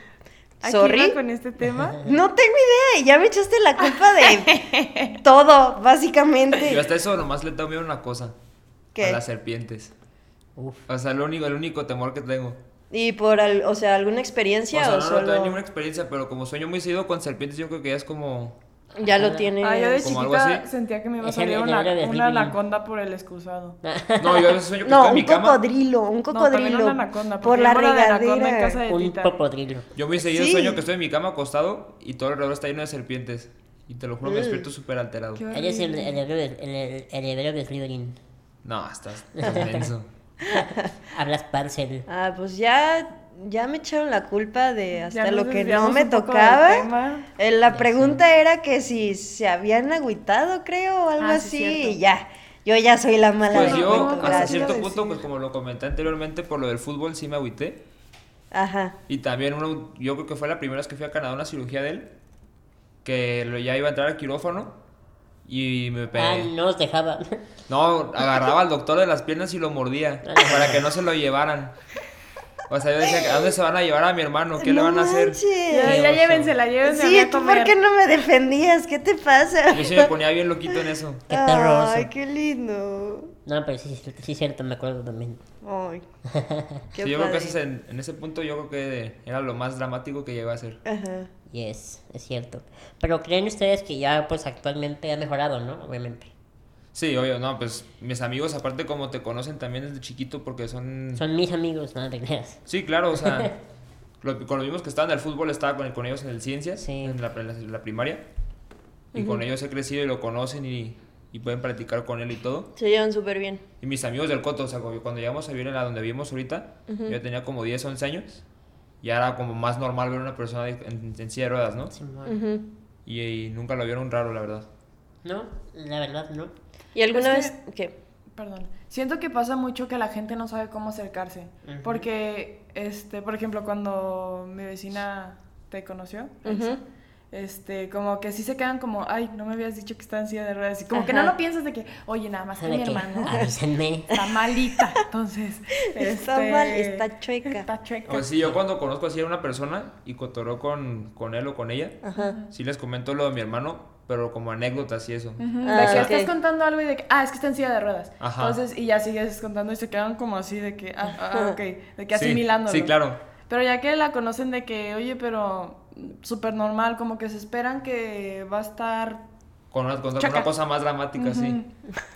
Speaker 4: Aquí
Speaker 3: Sorry.
Speaker 4: iba con este tema.
Speaker 3: No tengo idea y ya me echaste la culpa de todo,
Speaker 5: Yo
Speaker 3: básicamente.
Speaker 5: hasta eso nomás le tengo miedo a una cosa.
Speaker 3: ¿Qué?
Speaker 5: A las serpientes.
Speaker 1: Uf.
Speaker 5: O sea, lo único, el único temor que tengo.
Speaker 3: Y por, al- o sea, alguna
Speaker 5: O
Speaker 3: experiencia
Speaker 5: sea,
Speaker 3: o,
Speaker 5: no, no,
Speaker 3: solo
Speaker 5: tengo ninguna experiencia, pero como sueño muy seguido con serpientes, yo creo que ya es como...
Speaker 3: ya lo tiene.
Speaker 4: Ay, yo de
Speaker 5: Como algo
Speaker 4: chiquita
Speaker 5: así.
Speaker 4: sentía que me iba a
Speaker 1: Es el-
Speaker 4: salir
Speaker 1: el
Speaker 4: una,
Speaker 1: héroe de
Speaker 4: una
Speaker 1: Ghibli.
Speaker 4: anaconda por el excusado.
Speaker 5: No, yo a veces sueño que
Speaker 3: No,
Speaker 5: estoy en
Speaker 3: un
Speaker 5: mi cama.
Speaker 3: cocodrilo, un
Speaker 4: No, también
Speaker 3: cocodrilo.
Speaker 4: una anaconda,
Speaker 3: por
Speaker 4: porque
Speaker 3: la
Speaker 4: hay bola de anaconda en
Speaker 3: regadera.
Speaker 4: casa de-
Speaker 1: Un
Speaker 4: Maldita.
Speaker 1: popodrilo.
Speaker 5: Yo muy seguido
Speaker 3: Sí.
Speaker 5: sueño que estoy en mi cama acostado y todo alrededor está lleno de serpientes. Y te lo
Speaker 3: Mm.
Speaker 5: juro que despierto súper alterado.
Speaker 4: Qué
Speaker 1: Eres el el hebreo de- el- el- el hebreo de Slytherin.
Speaker 5: No, estás inmenso.
Speaker 1: Hablas parcel.
Speaker 3: Ah, pues ya, ya me echaron la culpa de hasta
Speaker 4: Ya nos
Speaker 3: lo que no
Speaker 4: desviamos
Speaker 3: me
Speaker 4: un poco del
Speaker 3: tocaba.
Speaker 4: tema.
Speaker 3: Eh, La pregunta era que si se habían agüitado, creo, o algo
Speaker 4: Ah,
Speaker 3: así,
Speaker 4: sí, cierto.
Speaker 3: y ya. Yo ya soy la mala
Speaker 5: Pues
Speaker 3: del
Speaker 5: yo,
Speaker 3: cuento,
Speaker 4: no,
Speaker 5: hasta
Speaker 4: gracias.
Speaker 5: cierto
Speaker 4: Iba a
Speaker 5: punto,
Speaker 4: decir.
Speaker 5: pues como lo comenté anteriormente, por lo del fútbol sí me agüité.
Speaker 3: Ajá.
Speaker 5: Y también uno, yo creo que fue la primera vez que fui a Canadá a una cirugía de él, que lo- ya iba a entrar al quirófano y me pegué.
Speaker 1: Ah, no os dejaba.
Speaker 5: No, agarraba al doctor de las piernas y lo mordía para que no se lo llevaran. O sea, yo decía, ¿a dónde se van a llevar a mi hermano? ¿Qué le
Speaker 3: No
Speaker 5: van a hacer?
Speaker 3: manches.
Speaker 4: Ya,
Speaker 1: Qué
Speaker 4: ya
Speaker 1: oso.
Speaker 4: llévensela, llévensela
Speaker 3: Sí,
Speaker 4: a
Speaker 3: ¿tú por
Speaker 4: comer.
Speaker 3: qué no me defendías? ¿Qué te pasa?
Speaker 5: Yo sí me ponía bien loquito en eso.
Speaker 1: Qué terroroso.
Speaker 3: Ay, qué lindo.
Speaker 1: No, pero sí, sí, sí es cierto, me acuerdo también.
Speaker 3: Ay, qué
Speaker 5: Sí, yo creo
Speaker 3: padre.
Speaker 5: que ese es en, en ese punto yo creo que era lo más dramático que llegué a hacer.
Speaker 3: Ajá.
Speaker 1: Yes, es cierto. Pero creen ustedes que ya, pues actualmente ha mejorado, ¿no? Obviamente.
Speaker 5: Sí, obvio, no, pues mis amigos aparte como te conocen también desde chiquito porque son...
Speaker 1: Son mis amigos, nada te creas.
Speaker 5: Sí, claro, o sea, lo- con los mismos que estaban en el fútbol estaba con, con ellos en el ciencias,
Speaker 1: Sí.
Speaker 5: en, la, en la- en la primaria. Y con ellos he crecido y lo conocen y, y pueden practicar con él y todo.
Speaker 3: Se llevan súper bien.
Speaker 5: Y mis amigos del Coto, o sea, como- cuando llegamos a vivir en la donde vivimos ahorita, yo tenía como 10, 11 años. Y era como más normal ver una persona de- en, en silla de ruedas, ¿no?
Speaker 1: Simón.
Speaker 5: Y, y nunca lo vieron raro, la verdad.
Speaker 1: No, la verdad, no.
Speaker 3: ¿Y alguna
Speaker 4: Es
Speaker 3: vez qué?
Speaker 4: Perdón. Siento que pasa mucho que la gente no sabe cómo acercarse. Porque, este, por ejemplo, cuando mi vecina te conoció, Elsa, este, como que sí se quedan como, ay, no me habías dicho que está en silla de ruedas. Y como que no
Speaker 3: Ajá. "Ah,
Speaker 4: lo piensas de que, oye, nada más que
Speaker 1: ¿Sabe
Speaker 4: mi
Speaker 1: qué?
Speaker 4: hermano
Speaker 1: Avísenme.
Speaker 4: está malita. Entonces,
Speaker 3: Está
Speaker 4: este,
Speaker 3: mal, está chueca.
Speaker 4: Está chueca.
Speaker 5: Pues sí, yo cuando conozco así a una persona y cotorreo con, con él o con ella,
Speaker 3: Ajá.
Speaker 5: sí les comento lo de mi hermano, pero como anécdotas y eso.
Speaker 4: Ujú,
Speaker 3: Ah,
Speaker 4: de que
Speaker 3: ok.
Speaker 4: estás contando algo y de que, ah, es que está en silla de ruedas.
Speaker 5: Ajá.
Speaker 4: Entonces, y ya sigues contando y se quedan como así de que, ah, ah ok, de que
Speaker 5: Sí,
Speaker 4: asimilándolo.
Speaker 5: Sí, claro.
Speaker 4: Pero ya que la conocen de que, oye, pero mm, súper normal, como que se esperan que va a estar...
Speaker 5: Con una, con
Speaker 4: Chaca.
Speaker 5: una cosa más dramática, sí.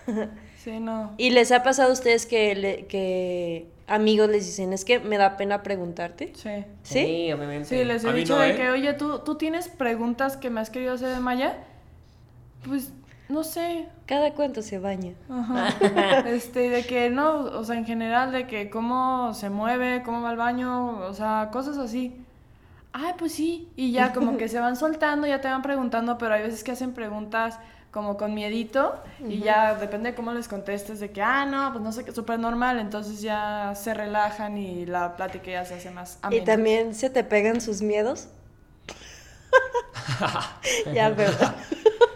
Speaker 4: Ujú. Sí, no.
Speaker 3: ¿Y les ha pasado a ustedes que, le- que amigos les dicen, es que me da pena preguntarte?
Speaker 4: Sí.
Speaker 3: ¿Sí?
Speaker 1: obviamente.
Speaker 4: Sí, les he
Speaker 5: A mí
Speaker 4: dicho
Speaker 5: no,
Speaker 4: de
Speaker 5: ¿eh?
Speaker 4: que, oye, ¿tú, tú tienes preguntas que me has querido hacer de Maya. Pues No sé.
Speaker 3: ¿Cada cuánto se baña?
Speaker 4: Ajá. este, de que no, o sea, en general, de que cómo se mueve, cómo va al baño, o sea, cosas así. Ay, pues sí. Y ya como que se van soltando, ya te van preguntando, pero hay veces que hacen preguntas como con miedito y ya depende de cómo les contestes de que, ah, no, pues no sé qué, súper normal, entonces ya se relajan y la plática ya se hace más amena.
Speaker 3: Y también se te pegan sus miedos. ya veo.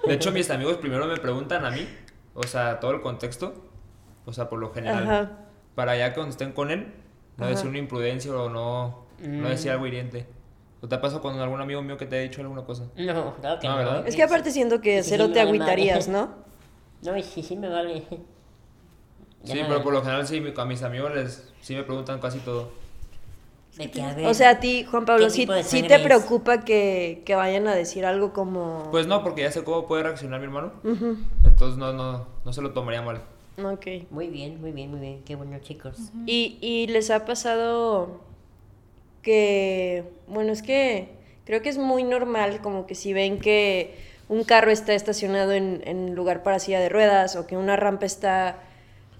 Speaker 5: De hecho, mis amigos primero me preguntan a mí, o sea, todo el contexto, o sea, por lo general,
Speaker 3: Ajá.
Speaker 5: para ya que cuando estén con él, no
Speaker 3: Ajá.
Speaker 5: decir una imprudencia o no, no
Speaker 1: Mm.
Speaker 5: decir algo hiriente. ¿O te ha pasado con algún amigo mío que te ha dicho alguna cosa?
Speaker 1: No, claro que
Speaker 5: No,
Speaker 1: no.
Speaker 5: Ah, ¿verdad?
Speaker 3: Es que aparte siento que
Speaker 1: Sí,
Speaker 3: cero
Speaker 1: me
Speaker 3: te
Speaker 1: vale
Speaker 3: agüitarías,
Speaker 1: madre.
Speaker 3: ¿no?
Speaker 1: No, y sí, sí me vale. Ya
Speaker 5: sí,
Speaker 1: no
Speaker 5: pero
Speaker 1: me-
Speaker 5: por lo general sí, mi- a mis amigos les, sí me preguntan casi todo.
Speaker 1: de que, a ver,
Speaker 3: O sea, a ti, Juan Pablo,
Speaker 1: ¿qué
Speaker 3: sí,
Speaker 1: tipo de
Speaker 3: sí
Speaker 1: sangre
Speaker 3: te
Speaker 1: es?
Speaker 3: preocupa que, que vayan a decir algo como...
Speaker 5: Pues no, porque ya sé cómo puede reaccionar mi hermano. Entonces no, no, no se lo tomaría mal.
Speaker 3: Ok.
Speaker 1: Muy bien, muy bien, muy bien. Qué bueno, chicos.
Speaker 3: ¿Y, y les ha pasado que, bueno, es que creo que es muy normal, como que si ven que un carro está estacionado en, en lugar para silla de ruedas o que una rampa está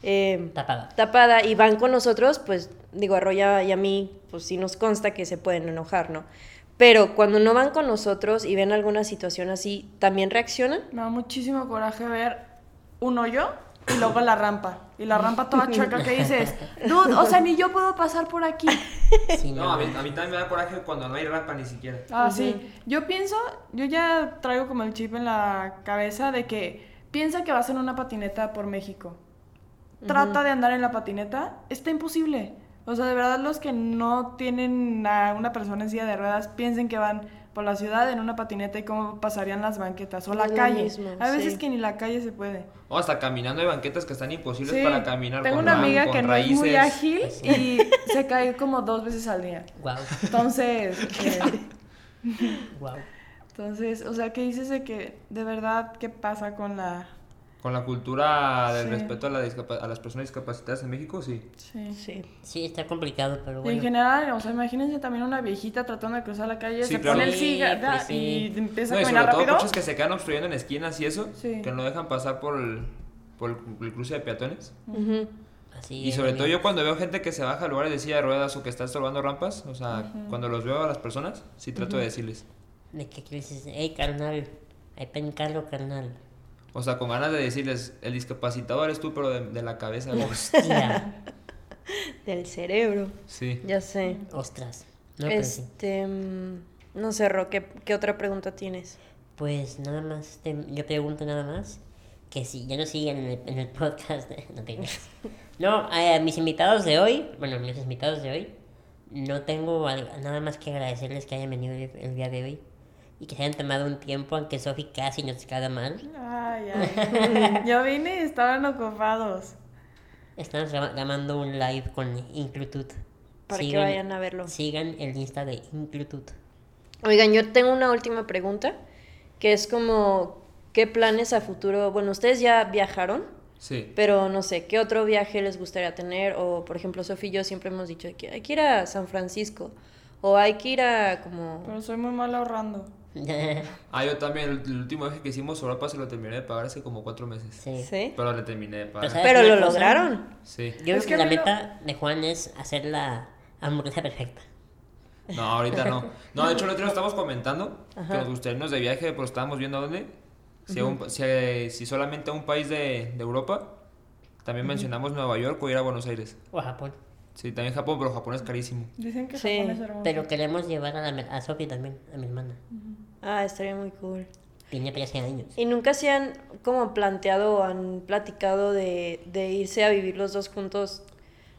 Speaker 3: eh,
Speaker 1: Tapada.
Speaker 3: tapada y van con nosotros, pues digo, a Roya y a mí, pues sí nos consta que se pueden enojar, ¿no? Pero cuando no van con nosotros y ven alguna situación así, ¿también reaccionan?
Speaker 4: Me da muchísimo coraje ver un hoyo y luego la rampa. Y la rampa toda chueca que dices, dude, o sea, ni yo puedo pasar por aquí.
Speaker 1: Sí,
Speaker 5: No,
Speaker 1: no.
Speaker 5: a mí, a mí también me da coraje cuando no hay rapa ni siquiera.
Speaker 4: Ah, sí. Yo pienso, yo ya traigo como el chip en la cabeza de que piensa que vas en una patineta por México. Trata de andar en la patineta, está imposible. O sea, de verdad los que no tienen a una persona en silla de ruedas piensen que van por la ciudad en una patineta y cómo pasarían las banquetas o la
Speaker 3: Es lo
Speaker 4: calle.
Speaker 3: mismo,
Speaker 4: Hay veces
Speaker 3: sí.
Speaker 4: que ni la calle se puede.
Speaker 5: O hasta caminando hay banquetas que están imposibles
Speaker 4: Sí,
Speaker 5: para caminar.
Speaker 4: Tengo
Speaker 5: con
Speaker 4: una
Speaker 5: ra-
Speaker 4: amiga
Speaker 5: con
Speaker 4: que no
Speaker 5: raíces.
Speaker 4: es muy ágil y se cae como dos veces al día.
Speaker 1: Wow,
Speaker 4: Entonces, eh,
Speaker 1: wow.
Speaker 4: entonces, o sea, ¿qué dices de que de verdad qué pasa con la
Speaker 5: Con la cultura del
Speaker 4: Sí.
Speaker 5: respeto a, la discapa- a las personas discapacitadas en México, sí.
Speaker 4: sí.
Speaker 3: Sí.
Speaker 1: Sí, está complicado, pero
Speaker 4: Y En
Speaker 1: bueno.
Speaker 4: general, o sea, imagínense también una viejita tratando de cruzar la calle,
Speaker 5: Sí,
Speaker 4: se
Speaker 5: claro.
Speaker 4: pone el
Speaker 1: Sí,
Speaker 4: cigarro
Speaker 1: pues sí.
Speaker 4: y empieza
Speaker 5: No,
Speaker 4: a
Speaker 5: y
Speaker 4: caminar
Speaker 5: sobre todo
Speaker 4: rápido.
Speaker 5: coches que se quedan obstruyendo en esquinas y eso,
Speaker 4: Sí.
Speaker 5: que no dejan pasar por el, por el- el cruce de peatones.
Speaker 3: Ujú.
Speaker 1: Así
Speaker 5: Y
Speaker 1: es,
Speaker 5: sobre todo
Speaker 1: amigo.
Speaker 5: yo cuando veo gente que se baja a lugares de silla de ruedas o que está estorbando rampas, o sea, cuando los veo a las personas, sí trato de decirles.
Speaker 1: De que aquí le dices, hey, carnal, ahí pen carro, carnal.
Speaker 5: O sea, con ganas de decirles, el discapacitado eres tú, pero de, de la cabeza. güey.
Speaker 1: Hostia,
Speaker 3: Del cerebro.
Speaker 5: Sí.
Speaker 3: Ya sé.
Speaker 1: ostras. No, pero sí.
Speaker 3: este, mm, no sé, Ro, ¿qué, qué otra pregunta tienes?
Speaker 1: Pues nada más, este, yo pregunto nada más que si ya nos siguen en el, en el podcast. No, te creas. no eh, a, a mis invitados de hoy, bueno, a mis invitados de hoy, no tengo al- nada más que agradecerles que hayan venido el, el día de hoy y que se hayan tomado un tiempo, aunque Sofi casi nos caga mal.
Speaker 4: Ay, ay. Yo vine y estaban ocupados.
Speaker 1: Estamos graba- grabando un live con Inclutud.
Speaker 3: Para que vayan a verlo.
Speaker 1: Sigan el Insta de Inclutud.
Speaker 3: Oigan, yo tengo una última pregunta, que es como, ¿qué planes a futuro? Bueno, ustedes ya viajaron,
Speaker 5: Sí.
Speaker 3: pero no sé, ¿qué otro viaje les gustaría tener? O, por ejemplo, Sofía y yo siempre hemos dicho que hay que ir a San Francisco, o hay que ir a como...
Speaker 4: Pero soy muy mal ahorrando.
Speaker 5: Ah, yo también, el, el último viaje que hicimos a Europa se lo terminé de pagar hace como cuatro meses.
Speaker 1: sí.
Speaker 3: ¿Sí?
Speaker 5: Pero le terminé de
Speaker 1: Pero
Speaker 5: pagar.
Speaker 1: ¿sabes
Speaker 3: Pero
Speaker 1: una
Speaker 3: lo
Speaker 1: cosa?
Speaker 3: lograron.
Speaker 5: Sí.
Speaker 1: Yo creo que
Speaker 4: Es que
Speaker 1: la
Speaker 4: me lo-
Speaker 1: meta de Juan es hacer la hamburguesa perfecta.
Speaker 5: No, ahorita no. No, de hecho, el otro día estábamos comentando que nos gustaría irnos de viaje, pero estábamos viendo a dónde. Si, a un- si, a- si solamente a un país de, de Europa, también mencionamos Nueva York o ir a Buenos Aires.
Speaker 1: O a Japón.
Speaker 5: Sí, también Japón, pero Japón es carísimo.
Speaker 3: Pues,
Speaker 4: Dicen que
Speaker 3: Sí,
Speaker 4: Japón es hermoso.
Speaker 1: Pero queremos llevar a, la me- a Sophie también, a mi hermana.
Speaker 3: Ah, estaría muy cool.
Speaker 1: Tiene 13 años.
Speaker 3: ¿Y nunca se han como planteado o han platicado de, de irse a vivir los dos juntos,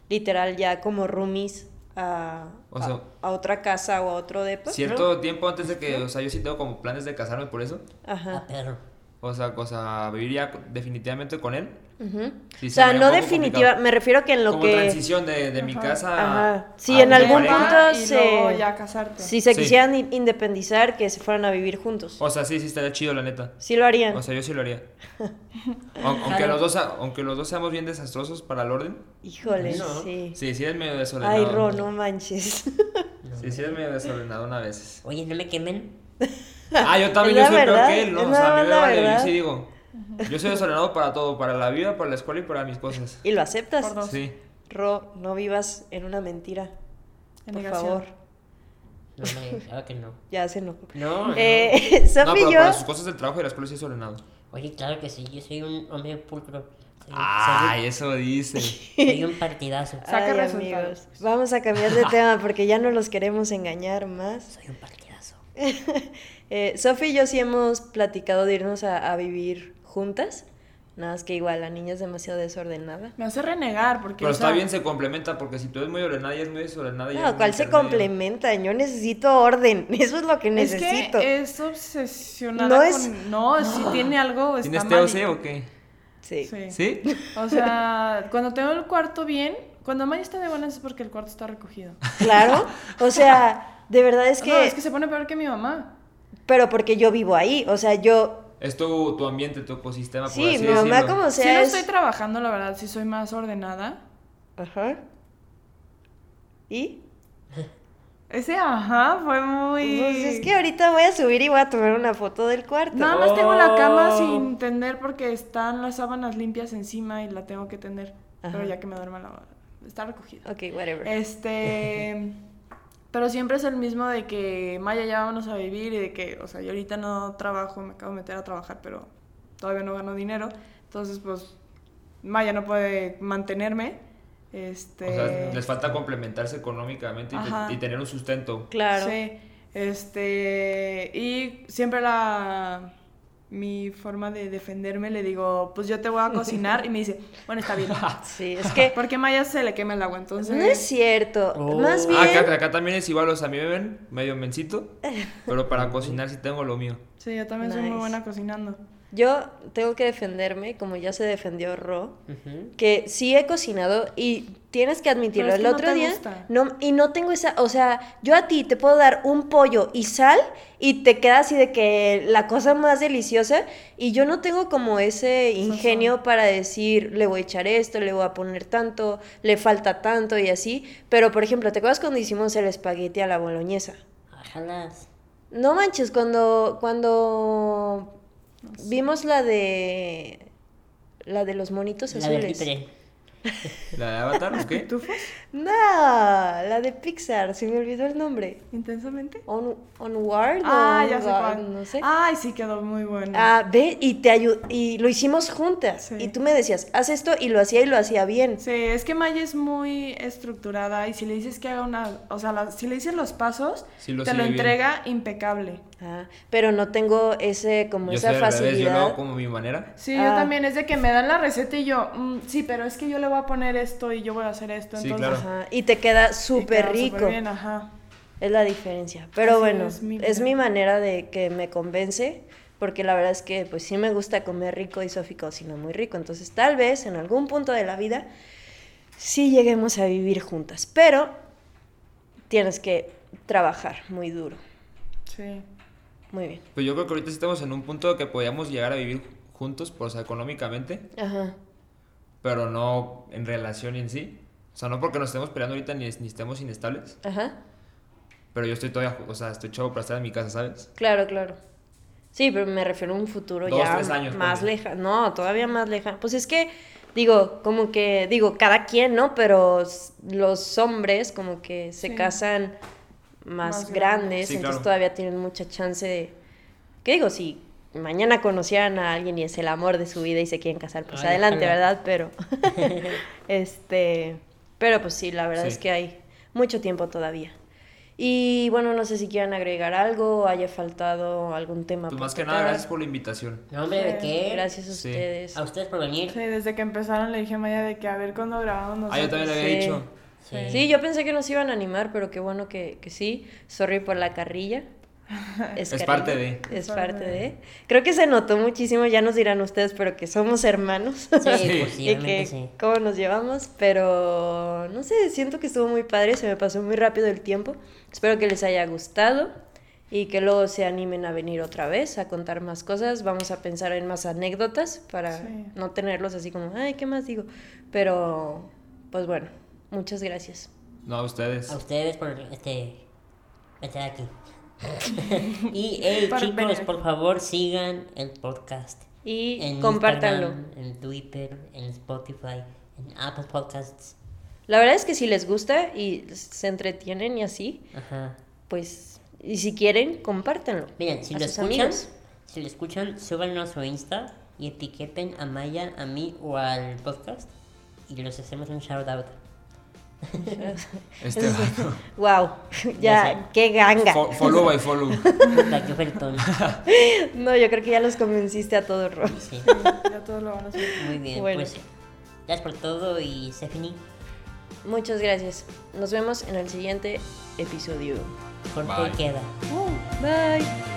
Speaker 3: literal, ya como roomies a,
Speaker 5: O
Speaker 3: a-
Speaker 5: sea-
Speaker 3: a otra casa o a otro depa?
Speaker 5: Cierto tiempo antes de que, o sea, yo sí tengo como planes de casarme por eso.
Speaker 1: A
Speaker 3: Ajá.
Speaker 1: perro.
Speaker 5: O sea, cosa, viviría definitivamente con él.
Speaker 3: Ujú.
Speaker 5: Sí,
Speaker 3: o sea,
Speaker 5: sería
Speaker 3: no
Speaker 5: un poco
Speaker 3: definitiva,
Speaker 5: complicado.
Speaker 3: me refiero a que en lo
Speaker 5: como
Speaker 3: que...
Speaker 5: transición de, de mi
Speaker 4: Ajá.
Speaker 5: casa.
Speaker 3: Ajá.
Speaker 5: a
Speaker 3: Sí,
Speaker 5: una
Speaker 3: en algún
Speaker 5: pareja.
Speaker 3: punto
Speaker 4: Ah, y
Speaker 3: se-
Speaker 4: luego ya casarte.
Speaker 3: Si se
Speaker 5: Sí.
Speaker 3: quisieran in- independizar, que se fueran a vivir juntos.
Speaker 5: O sea, sí, sí estaría chido, la neta.
Speaker 3: Sí lo harían.
Speaker 5: O sea, yo sí lo haría. Aun- aunque, los dos, aunque los dos seamos bien desastrosos para el orden.
Speaker 3: Híjole,
Speaker 1: No.
Speaker 3: sí.
Speaker 5: Sí, sí eres medio
Speaker 3: Ay,
Speaker 5: desordenado.
Speaker 3: Ro, no manches.
Speaker 5: Sí, sí eres medio desordenado a veces.
Speaker 1: Oye, no me quemen.
Speaker 5: Ah, yo también,
Speaker 3: Es
Speaker 5: yo
Speaker 3: la
Speaker 5: soy peor
Speaker 3: verdad,
Speaker 5: que él, ¿no?
Speaker 3: es
Speaker 5: O sea,
Speaker 3: la-
Speaker 5: a mí me
Speaker 3: la
Speaker 5: vale, yo
Speaker 3: verdad.
Speaker 5: sí digo. Yo soy desordenado para todo, para la vida, para la escuela y para mis cosas.
Speaker 3: Y lo aceptas.
Speaker 4: Por dos.
Speaker 5: Sí.
Speaker 3: Ro, no vivas en una mentira.
Speaker 4: En
Speaker 3: por
Speaker 4: negación.
Speaker 3: favor.
Speaker 1: No, hombre, claro que no.
Speaker 3: Ya se no.
Speaker 1: No, no.
Speaker 3: Eh,
Speaker 5: No,
Speaker 3: Sofi
Speaker 5: pero pues,
Speaker 3: y yo.
Speaker 5: para sus cosas del trabajo y la escuela sí soy ordenado.
Speaker 1: Oye, claro que sí, yo soy un hombre pulcro. Soy,
Speaker 5: Ay, eso dice.
Speaker 1: soy, soy un partidazo.
Speaker 4: Saca
Speaker 3: Ay, amigos,
Speaker 4: resultados.
Speaker 3: Vamos a cambiar de tema porque ya no los queremos engañar más.
Speaker 1: Soy un partidazo.
Speaker 3: Eh, Sofi y yo sí hemos platicado de irnos a, a vivir juntas. Nada más que igual, la niña es demasiado desordenada.
Speaker 4: Me hace renegar porque.
Speaker 5: Pero
Speaker 4: o
Speaker 5: está
Speaker 4: sea,
Speaker 5: bien, se complementa, porque si tú eres muy ordenada y es muy desordenada.
Speaker 3: No, ¿cuál se complementa? Yo necesito orden. Eso es lo que
Speaker 4: Es
Speaker 3: necesito.
Speaker 4: que es obsesionada
Speaker 3: No
Speaker 4: con.
Speaker 3: es-
Speaker 4: No, si tiene algo. Está
Speaker 5: ¿Tienes
Speaker 4: mal.
Speaker 5: TOC o qué?
Speaker 3: Sí.
Speaker 4: Sí.
Speaker 5: ¿Sí?
Speaker 4: O sea, cuando tengo el cuarto bien, cuando Maya está de buenas es porque el cuarto está recogido.
Speaker 3: Claro. O sea, de verdad es que.
Speaker 4: No, es que se pone peor que mi mamá.
Speaker 3: Pero porque yo vivo ahí. O sea, yo.
Speaker 5: Es tu, tu ambiente, tu ecosistema, por
Speaker 3: Sí,
Speaker 5: así
Speaker 3: mi mamá,
Speaker 5: decirlo.
Speaker 3: como
Speaker 4: sí, no
Speaker 3: sea. es-
Speaker 4: estoy trabajando, la verdad, sí soy más ordenada.
Speaker 3: Ajá. ¿Y?
Speaker 4: Ese ajá fue muy.
Speaker 3: Pues es que ahorita voy a subir y voy a tomar una foto del cuarto.
Speaker 4: Nada más tengo la cama
Speaker 5: Oh.
Speaker 4: sin tender porque están las sábanas limpias encima y la tengo que tender.
Speaker 3: Ajá.
Speaker 4: Pero ya que me duerma la está recogida.
Speaker 3: Ok, whatever.
Speaker 4: Eh, Este. Pero siempre es el mismo de que Maya ya vámonos a vivir y de que, o sea, yo ahorita no trabajo, me acabo de meter a trabajar, pero todavía no gano dinero. Entonces, pues, Maya no puede mantenerme. Este.
Speaker 5: O sea, les falta complementarse económicamente y, te-
Speaker 4: Ajá.
Speaker 5: y tener un sustento.
Speaker 3: claro.
Speaker 4: Sí. Este. Y siempre la. Mi forma de defenderme le digo, pues yo te voy a cocinar. y me dice, bueno, está bien.
Speaker 3: Sí, es que
Speaker 4: Porque Maya se le quema el agua, entonces.
Speaker 3: no es cierto.
Speaker 1: Oh.
Speaker 3: Más
Speaker 1: Ah,
Speaker 3: bien.
Speaker 5: Ah, acá, acá también es igual, o sea, a mí me ven medio mencito, pero para cocinar sí tengo lo mío.
Speaker 4: Sí, yo también soy
Speaker 3: Nice.
Speaker 4: muy buena cocinando.
Speaker 3: Yo tengo que defenderme, como ya se defendió Ro,
Speaker 1: Ujú.
Speaker 3: que sí he cocinado y tienes que admitirlo.
Speaker 4: Pero es
Speaker 3: el
Speaker 4: que no
Speaker 3: otro
Speaker 4: te
Speaker 3: día.
Speaker 4: gusta.
Speaker 3: No, y no tengo esa. O sea, yo a ti te puedo dar un pollo y sal y te queda así de que la cosa más deliciosa. Y yo no tengo como ese ingenio para decir, le voy a echar esto, le voy a poner tanto, le falta tanto y así. Pero por ejemplo, ¿te acuerdas cuando hicimos el espagueti a la boloñesa?
Speaker 1: Ojalás.
Speaker 3: No manches, cuando, cuando vimos la de la de los monitos
Speaker 1: La del
Speaker 3: azules.
Speaker 1: títere.
Speaker 5: ¿La de Avatar o qué?
Speaker 4: ¿Pitufos?
Speaker 3: no, la de Pixar, se me olvidó el nombre.
Speaker 4: ¿Intensamente?
Speaker 3: On, onward.
Speaker 4: Ah,
Speaker 3: o
Speaker 4: ya sé
Speaker 3: Onward,
Speaker 4: cuál. Ah,
Speaker 3: No sé.
Speaker 4: Ay, sí, quedó muy bueno.
Speaker 3: Ah, ve, y te ayu- y lo hicimos juntas.
Speaker 4: Sí.
Speaker 3: Y tú me decías, haz esto, y lo hacía y lo hacía bien.
Speaker 4: Sí, es que Maya es muy estructurada y si le dices que haga una. O sea, la- si le dices los pasos,
Speaker 5: Sí, lo
Speaker 4: te lo
Speaker 5: sigue bien.
Speaker 4: entrega impecable.
Speaker 3: Ah, pero no tengo ese, como
Speaker 5: Yo soy
Speaker 3: esa
Speaker 5: al revés, yo lo
Speaker 3: facilidad.
Speaker 5: hago como mi manera.
Speaker 4: Sí,
Speaker 3: Ah.
Speaker 4: yo también. Es de que me dan la receta y yo, "Mm, sí, pero es que yo le voy a poner esto y yo voy a hacer esto.
Speaker 5: Sí,
Speaker 4: entonces,
Speaker 5: claro.
Speaker 3: Ajá, y te queda
Speaker 4: y queda
Speaker 3: súper rico.
Speaker 4: bien, ajá.
Speaker 3: Es la diferencia. Pero
Speaker 4: Así
Speaker 3: bueno, es
Speaker 4: es,
Speaker 3: mi,
Speaker 4: mi vida.
Speaker 3: manera de que me convence, porque la verdad es que pues sí me gusta comer rico y Sofi cocina muy rico. Entonces tal vez en algún punto de la vida sí lleguemos a vivir juntas, pero tienes que trabajar muy duro.
Speaker 4: Sí.
Speaker 3: Muy bien.
Speaker 5: Pues yo creo que ahorita sí estamos en un punto que podíamos llegar a vivir juntos, por, o sea, económicamente,
Speaker 3: Ajá.
Speaker 5: pero no en relación en sí. O sea, no porque nos estemos peleando ahorita ni, ni estemos inestables,
Speaker 3: Ajá.
Speaker 5: pero yo estoy todavía, o sea, estoy chavo para estar en mi casa, ¿sabes?
Speaker 3: Claro, claro. Sí, pero me refiero a un futuro
Speaker 5: Dos,
Speaker 3: ya
Speaker 5: tres años,
Speaker 3: más
Speaker 5: ponle.
Speaker 3: lejano. No, todavía más lejano. Pues es que, digo, como que, digo, cada quien, ¿no? Pero s- los hombres como que se
Speaker 4: Sí.
Speaker 3: casan más,
Speaker 4: Más
Speaker 3: grandes,
Speaker 4: grandes.
Speaker 5: Sí,
Speaker 3: entonces
Speaker 5: claro.
Speaker 3: todavía tienen mucha chance de... ¿Qué digo? Si mañana conocieran a alguien y es el amor de su vida y se quieren casar, pues
Speaker 1: Ay,
Speaker 3: adelante,
Speaker 1: ojalá.
Speaker 3: ¿verdad? Pero, este, pero pues sí, la verdad
Speaker 5: Sí.
Speaker 3: es que hay mucho tiempo todavía. Y bueno, no sé si quieran agregar algo, haya faltado algún tema.
Speaker 5: Pues
Speaker 3: por
Speaker 5: más que nada,
Speaker 3: tocar.
Speaker 5: gracias por la invitación.
Speaker 1: No, hombre, ¿de qué?
Speaker 3: Gracias a
Speaker 5: Sí.
Speaker 3: ustedes.
Speaker 1: A ustedes por venir.
Speaker 4: Sí, desde que empezaron le dije a Maya de que a ver cuándo grabamos
Speaker 5: Ah, yo también le
Speaker 4: nosotros.
Speaker 5: había
Speaker 3: Sí.
Speaker 5: dicho.
Speaker 1: Sí.
Speaker 3: Sí, yo pensé que nos iban a animar, pero qué bueno que, que sí. Sorry por la carrilla.
Speaker 5: Es
Speaker 3: carrilla,
Speaker 5: parte de.
Speaker 3: Es parte de. Creo que se notó muchísimo, ya nos dirán ustedes, pero que somos hermanos.
Speaker 1: Sí,
Speaker 5: Sí.
Speaker 3: y
Speaker 1: posiblemente
Speaker 3: que
Speaker 1: sí.
Speaker 3: cómo nos llevamos, pero no sé, siento que estuvo muy padre, se me pasó muy rápido el tiempo. Espero que les haya gustado y que luego se animen a venir otra vez a contar más cosas. Vamos a pensar en más anécdotas para
Speaker 4: Sí.
Speaker 3: no tenerlos así como, ay, ¿qué más digo? Pero, pues bueno, muchas gracias.
Speaker 5: No, a ustedes.
Speaker 1: A ustedes por este estar aquí. y hey,
Speaker 4: Por
Speaker 1: chicos,
Speaker 4: venir.
Speaker 1: por favor, sigan el podcast.
Speaker 3: Y
Speaker 1: en
Speaker 3: compártanlo.
Speaker 1: Instagram, en Twitter, en Spotify, en Apple Podcasts.
Speaker 3: La verdad es que si les gusta y se entretienen y así,
Speaker 1: Ajá.
Speaker 3: pues, y si quieren, compártanlo.
Speaker 1: Miren, si
Speaker 3: a
Speaker 1: lo
Speaker 3: sus
Speaker 1: escuchan,
Speaker 3: amigos.
Speaker 1: si lo escuchan, súbanlo a su Insta y etiqueten a Maya, a mí o al podcast y los hacemos un shout out.
Speaker 5: Este vato.
Speaker 3: Wow, ya,
Speaker 1: Ya
Speaker 3: qué ganga.
Speaker 5: Fo- Follow by follow.
Speaker 1: Puta, qué ofertón.
Speaker 3: No, yo creo que ya los convenciste a todos, Rob.
Speaker 1: Sí,
Speaker 4: Ya todos lo van a hacer.
Speaker 1: muy bien.
Speaker 3: Bueno.
Speaker 1: Pues gracias por todo y Stephanie,
Speaker 3: Muchas gracias. Nos vemos en el siguiente episodio.
Speaker 1: corte y
Speaker 5: Bye.
Speaker 1: queda.
Speaker 3: Bye.